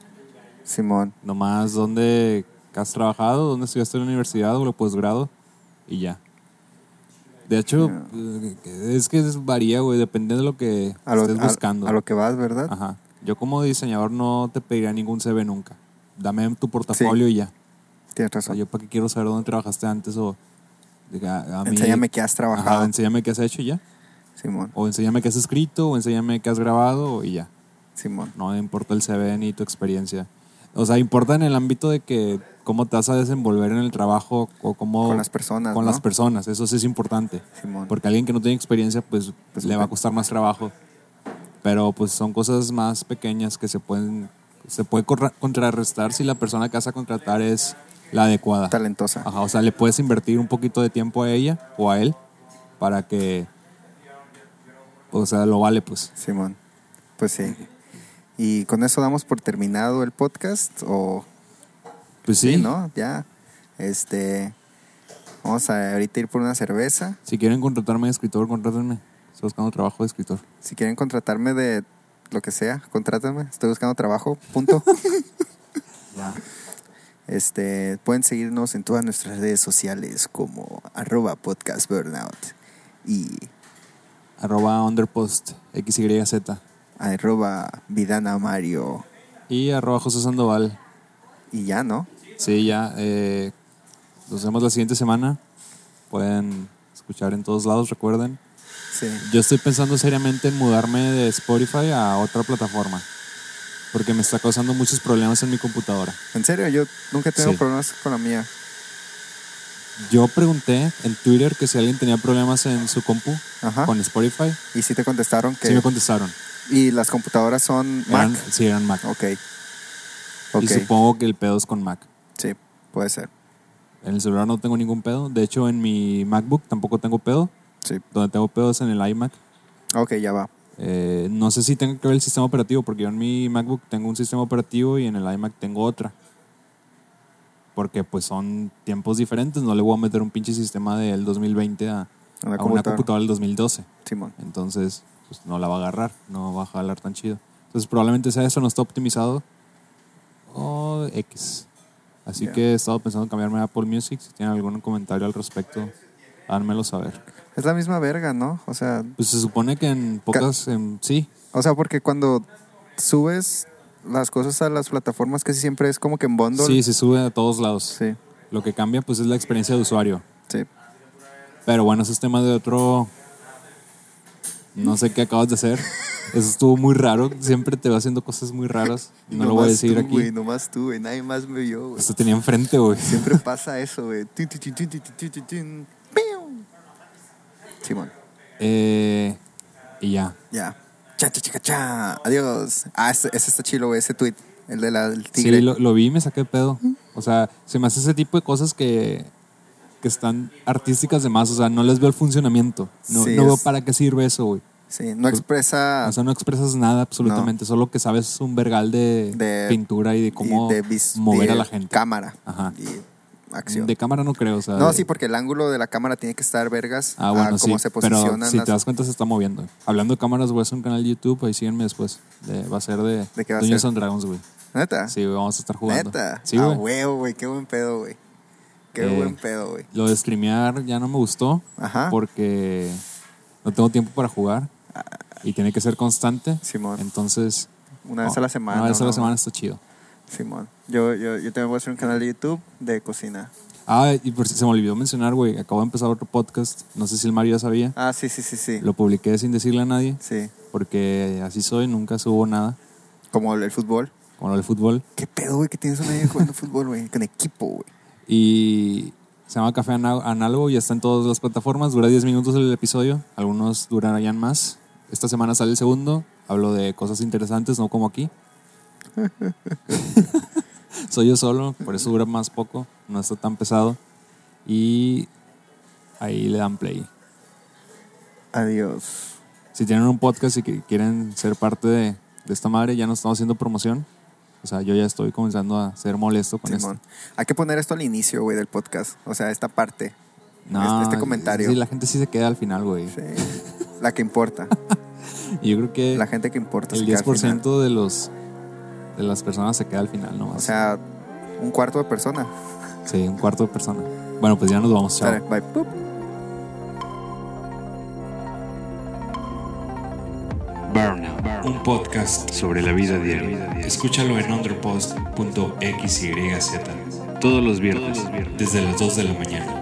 [SPEAKER 1] Simón.
[SPEAKER 2] Nomás dónde has trabajado, dónde estudiaste en la universidad o el posgrado y ya. De hecho, pues, es que es- varía, güey, depende de lo que
[SPEAKER 1] A lo,
[SPEAKER 2] estés
[SPEAKER 1] a-
[SPEAKER 2] buscando. Ah.
[SPEAKER 1] a lo que vas, ¿verdad?
[SPEAKER 2] Ajá. Yo como diseñador no te pediría ningún CV nunca. Dame tu portafolio y ya.
[SPEAKER 1] Tienes
[SPEAKER 2] O sea,
[SPEAKER 1] razón.
[SPEAKER 2] yo para qué quiero saber dónde trabajaste antes o... diga, pues, a mí-
[SPEAKER 1] Enséñame qué has trabajado.
[SPEAKER 2] Ajá, enséñame qué has hecho y ya.
[SPEAKER 1] Simón.
[SPEAKER 2] O enséñame qué has escrito, o enséñame qué has grabado y ya.
[SPEAKER 1] Simón.
[SPEAKER 2] No importa el CV ni tu experiencia. O sea, importa en el ámbito de que cómo te vas a desenvolver en el trabajo o cómo...
[SPEAKER 1] Con las personas,
[SPEAKER 2] Con
[SPEAKER 1] ¿no?
[SPEAKER 2] las personas, eso sí es importante.
[SPEAKER 1] Simón.
[SPEAKER 2] Porque alguien que no tiene experiencia, pues,
[SPEAKER 1] Pues,
[SPEAKER 2] le va a
[SPEAKER 1] ok.
[SPEAKER 2] costar más trabajo. Pero pues son cosas más pequeñas que se pueden... Se puede corra- contrarrestar si la persona que vas a contratar es la adecuada.
[SPEAKER 1] Talentosa.
[SPEAKER 2] Ajá, o sea, le puedes invertir un poquito de tiempo a ella o a él para que, o sea, lo vale, pues.
[SPEAKER 1] Simón. Pues sí. Y con eso damos por terminado el podcast o
[SPEAKER 2] Pues sí,
[SPEAKER 1] ¿no? Ya. Este vamos a ahorita ir por una cerveza.
[SPEAKER 2] si quieren contratarme de escritor, contrátenme. Estoy buscando trabajo de escritor.
[SPEAKER 1] Si quieren contratarme de lo que sea, contrátame. Estoy buscando trabajo. Punto. Este, pueden seguirnos en todas nuestras redes sociales como arroba podcast burnout y
[SPEAKER 2] Arroba underpost XYZ
[SPEAKER 1] arroba vidana mario
[SPEAKER 2] y arroba José Sandoval.
[SPEAKER 1] y ya, ¿no?
[SPEAKER 2] Sí, ya. eh, nos vemos la siguiente semana. Pueden escuchar en todos lados, recuerden.
[SPEAKER 1] Sí.
[SPEAKER 2] Yo estoy pensando seriamente en mudarme de Spotify a otra plataforma. Porque me está causando muchos problemas en mi computadora.
[SPEAKER 1] En serio, yo nunca tengo
[SPEAKER 2] Sí.
[SPEAKER 1] problemas con la mía.
[SPEAKER 2] Yo pregunté en Twitter que si alguien tenía problemas en su compu
[SPEAKER 1] Ajá.
[SPEAKER 2] con Spotify.
[SPEAKER 1] Y si te contestaron que
[SPEAKER 2] Sí me contestaron.
[SPEAKER 1] y las computadoras son Mac.
[SPEAKER 2] Eran, sí, eran Mac.
[SPEAKER 1] Ok.
[SPEAKER 2] Y
[SPEAKER 1] Ok.
[SPEAKER 2] supongo que el pedo es con Mac.
[SPEAKER 1] Sí, puede ser.
[SPEAKER 2] En el celular no tengo ningún pedo. De hecho, en mi MacBook tampoco tengo pedo.
[SPEAKER 1] Sí.
[SPEAKER 2] Donde tengo pedo es en el iMac.
[SPEAKER 1] Ok, ya va.
[SPEAKER 2] Eh, no sé si tenga que ver el sistema operativo, porque yo en mi MacBook tengo un sistema operativo y en el iMac tengo otra. Porque pues son tiempos diferentes. No le voy a meter un pinche sistema del 2020 a,
[SPEAKER 1] Una
[SPEAKER 2] a Ah, una
[SPEAKER 1] computadora.
[SPEAKER 2] computadora del 2012.
[SPEAKER 1] Simón.
[SPEAKER 2] Entonces, pues no la va a agarrar, no va a jalar tan chido. Entonces, probablemente sea eso, no está optimizado. O X. Así
[SPEAKER 1] Ya.
[SPEAKER 2] que he estado pensando en cambiarme a Apple Music. Si tienen algún comentario al respecto, hármelo saber.
[SPEAKER 1] Es la misma verga, ¿no? O sea,
[SPEAKER 2] Pues se supone que en pocas. en- sí,
[SPEAKER 1] o sea, porque cuando subes las cosas a las plataformas casi siempre es como que en bundle.
[SPEAKER 2] sí, se sube a todos lados.
[SPEAKER 1] Sí,
[SPEAKER 2] Lo que cambia, pues, es la experiencia de usuario.
[SPEAKER 1] sí.
[SPEAKER 2] Pero bueno, ese es tema de otro. No sé qué acabas de hacer. Eso estuvo muy raro. Siempre te va haciendo cosas muy raras. No lo voy a
[SPEAKER 1] Nomás
[SPEAKER 2] decir
[SPEAKER 1] tú,
[SPEAKER 2] aquí.
[SPEAKER 1] Güey, nomás tú, güey. Nadie más me vio, güey.
[SPEAKER 2] Esto tenía enfrente, güey.
[SPEAKER 1] Siempre pasa eso, güey. Tin, tin, tin, tin, tin, tin, tin, tin. Piu. Simón,
[SPEAKER 2] Eh, y ya.
[SPEAKER 1] ya. Cha, cha, cha, cha, cha. Adiós. Ah, ese, ese está chilo, güey. Ese tweet. El de la, del tigre.
[SPEAKER 2] Sí, lo, lo vi y me saqué de pedo. O sea, se me hace ese tipo de cosas que, que están artísticas de más. O sea, no les veo el funcionamiento. No,
[SPEAKER 1] Sí,
[SPEAKER 2] no veo
[SPEAKER 1] es-
[SPEAKER 2] para qué sirve eso, güey.
[SPEAKER 1] Sí, no expresa
[SPEAKER 2] O sea, no expresas nada absolutamente. Solo que sabes es un vergal de,
[SPEAKER 1] De-
[SPEAKER 2] pintura y de cómo
[SPEAKER 1] y de vis-
[SPEAKER 2] mover a
[SPEAKER 1] de
[SPEAKER 2] la gente.
[SPEAKER 1] Cámara.
[SPEAKER 2] Ajá.
[SPEAKER 1] Y acción.
[SPEAKER 2] De cámara no creo, o sea.
[SPEAKER 1] no,
[SPEAKER 2] de-
[SPEAKER 1] sí, porque el ángulo de la cámara tiene que estar vergas
[SPEAKER 2] Ah, bueno,
[SPEAKER 1] a cómo
[SPEAKER 2] sí,
[SPEAKER 1] se
[SPEAKER 2] pero
[SPEAKER 1] posicionan
[SPEAKER 2] si
[SPEAKER 1] las-
[SPEAKER 2] te das cuenta se está moviendo. Hablando de cámaras, voy a hacer un canal de YouTube, ahí síguenme después. De- va a ser de,
[SPEAKER 1] ¿De qué va a
[SPEAKER 2] Dungeons
[SPEAKER 1] ser?
[SPEAKER 2] and Dragons, güey.
[SPEAKER 1] ¿Neta?
[SPEAKER 2] Sí, güey, vamos a estar jugando.
[SPEAKER 1] ¿Neta?
[SPEAKER 2] Sí,
[SPEAKER 1] ah,
[SPEAKER 2] güey.
[SPEAKER 1] huevo, güey. Qué buen pedo, güey. Qué
[SPEAKER 2] Eh.
[SPEAKER 1] buen pedo, güey.
[SPEAKER 2] Lo de streamear ya no me gustó
[SPEAKER 1] Ajá. Ah.
[SPEAKER 2] porque no tengo tiempo para jugar y tiene que ser constante.
[SPEAKER 1] Simón.
[SPEAKER 2] Entonces, oh,
[SPEAKER 1] Una vez a la semana.
[SPEAKER 2] Una vez a la
[SPEAKER 1] ¿no?
[SPEAKER 2] semana está chido.
[SPEAKER 1] Simón. Yo, yo, yo también voy a hacer un canal de YouTube de cocina.
[SPEAKER 2] Ah, y por si se me olvidó mencionar, güey, acabo de empezar otro podcast. No sé si el Mario ya sabía.
[SPEAKER 1] Ah, sí, sí, sí, sí.
[SPEAKER 2] Lo publiqué sin decirle a nadie
[SPEAKER 1] Sí.
[SPEAKER 2] porque así soy, nunca subo nada.
[SPEAKER 1] Como el, el fútbol.
[SPEAKER 2] Como lo del fútbol.
[SPEAKER 1] ¿Qué pedo, güey? Que tienes una idea jugando fútbol, güey. Con equipo, güey.
[SPEAKER 2] Y se llama Café Ana- Análogo y está en todas las plataformas. Dura 10 minutos el episodio. Algunos durarán más. Esta semana sale el segundo. Hablo de cosas interesantes, no como aquí. Soy yo solo, por eso dura más poco. No está tan pesado. Y ahí le dan play.
[SPEAKER 1] Adiós.
[SPEAKER 2] Si tienen un podcast y que quieren ser parte de, de esta madre, ya no estamos haciendo promoción. O sea, yo ya estoy comenzando a ser molesto con esto.
[SPEAKER 1] Simón. Hay que poner esto al inicio, güey, del podcast. O sea, esta parte.
[SPEAKER 2] No,
[SPEAKER 1] este, este comentario.
[SPEAKER 2] sí, la gente sí se queda al final, güey.
[SPEAKER 1] Sí. La que importa.
[SPEAKER 2] Y yo creo que
[SPEAKER 1] la gente que importa.
[SPEAKER 2] el
[SPEAKER 1] se queda al
[SPEAKER 2] 10%
[SPEAKER 1] final.
[SPEAKER 2] de los de las personas se queda al final, ¿no?
[SPEAKER 1] O sea, un cuarto de persona.
[SPEAKER 2] sí, un cuarto de persona. Bueno, pues ya nos vamos, chao.
[SPEAKER 1] Sale, bye. Pup.
[SPEAKER 4] Burnout, un podcast sobre la vida diaria. Escúchalo en underpost.xyz todos los viernes desde las 2 de la mañana.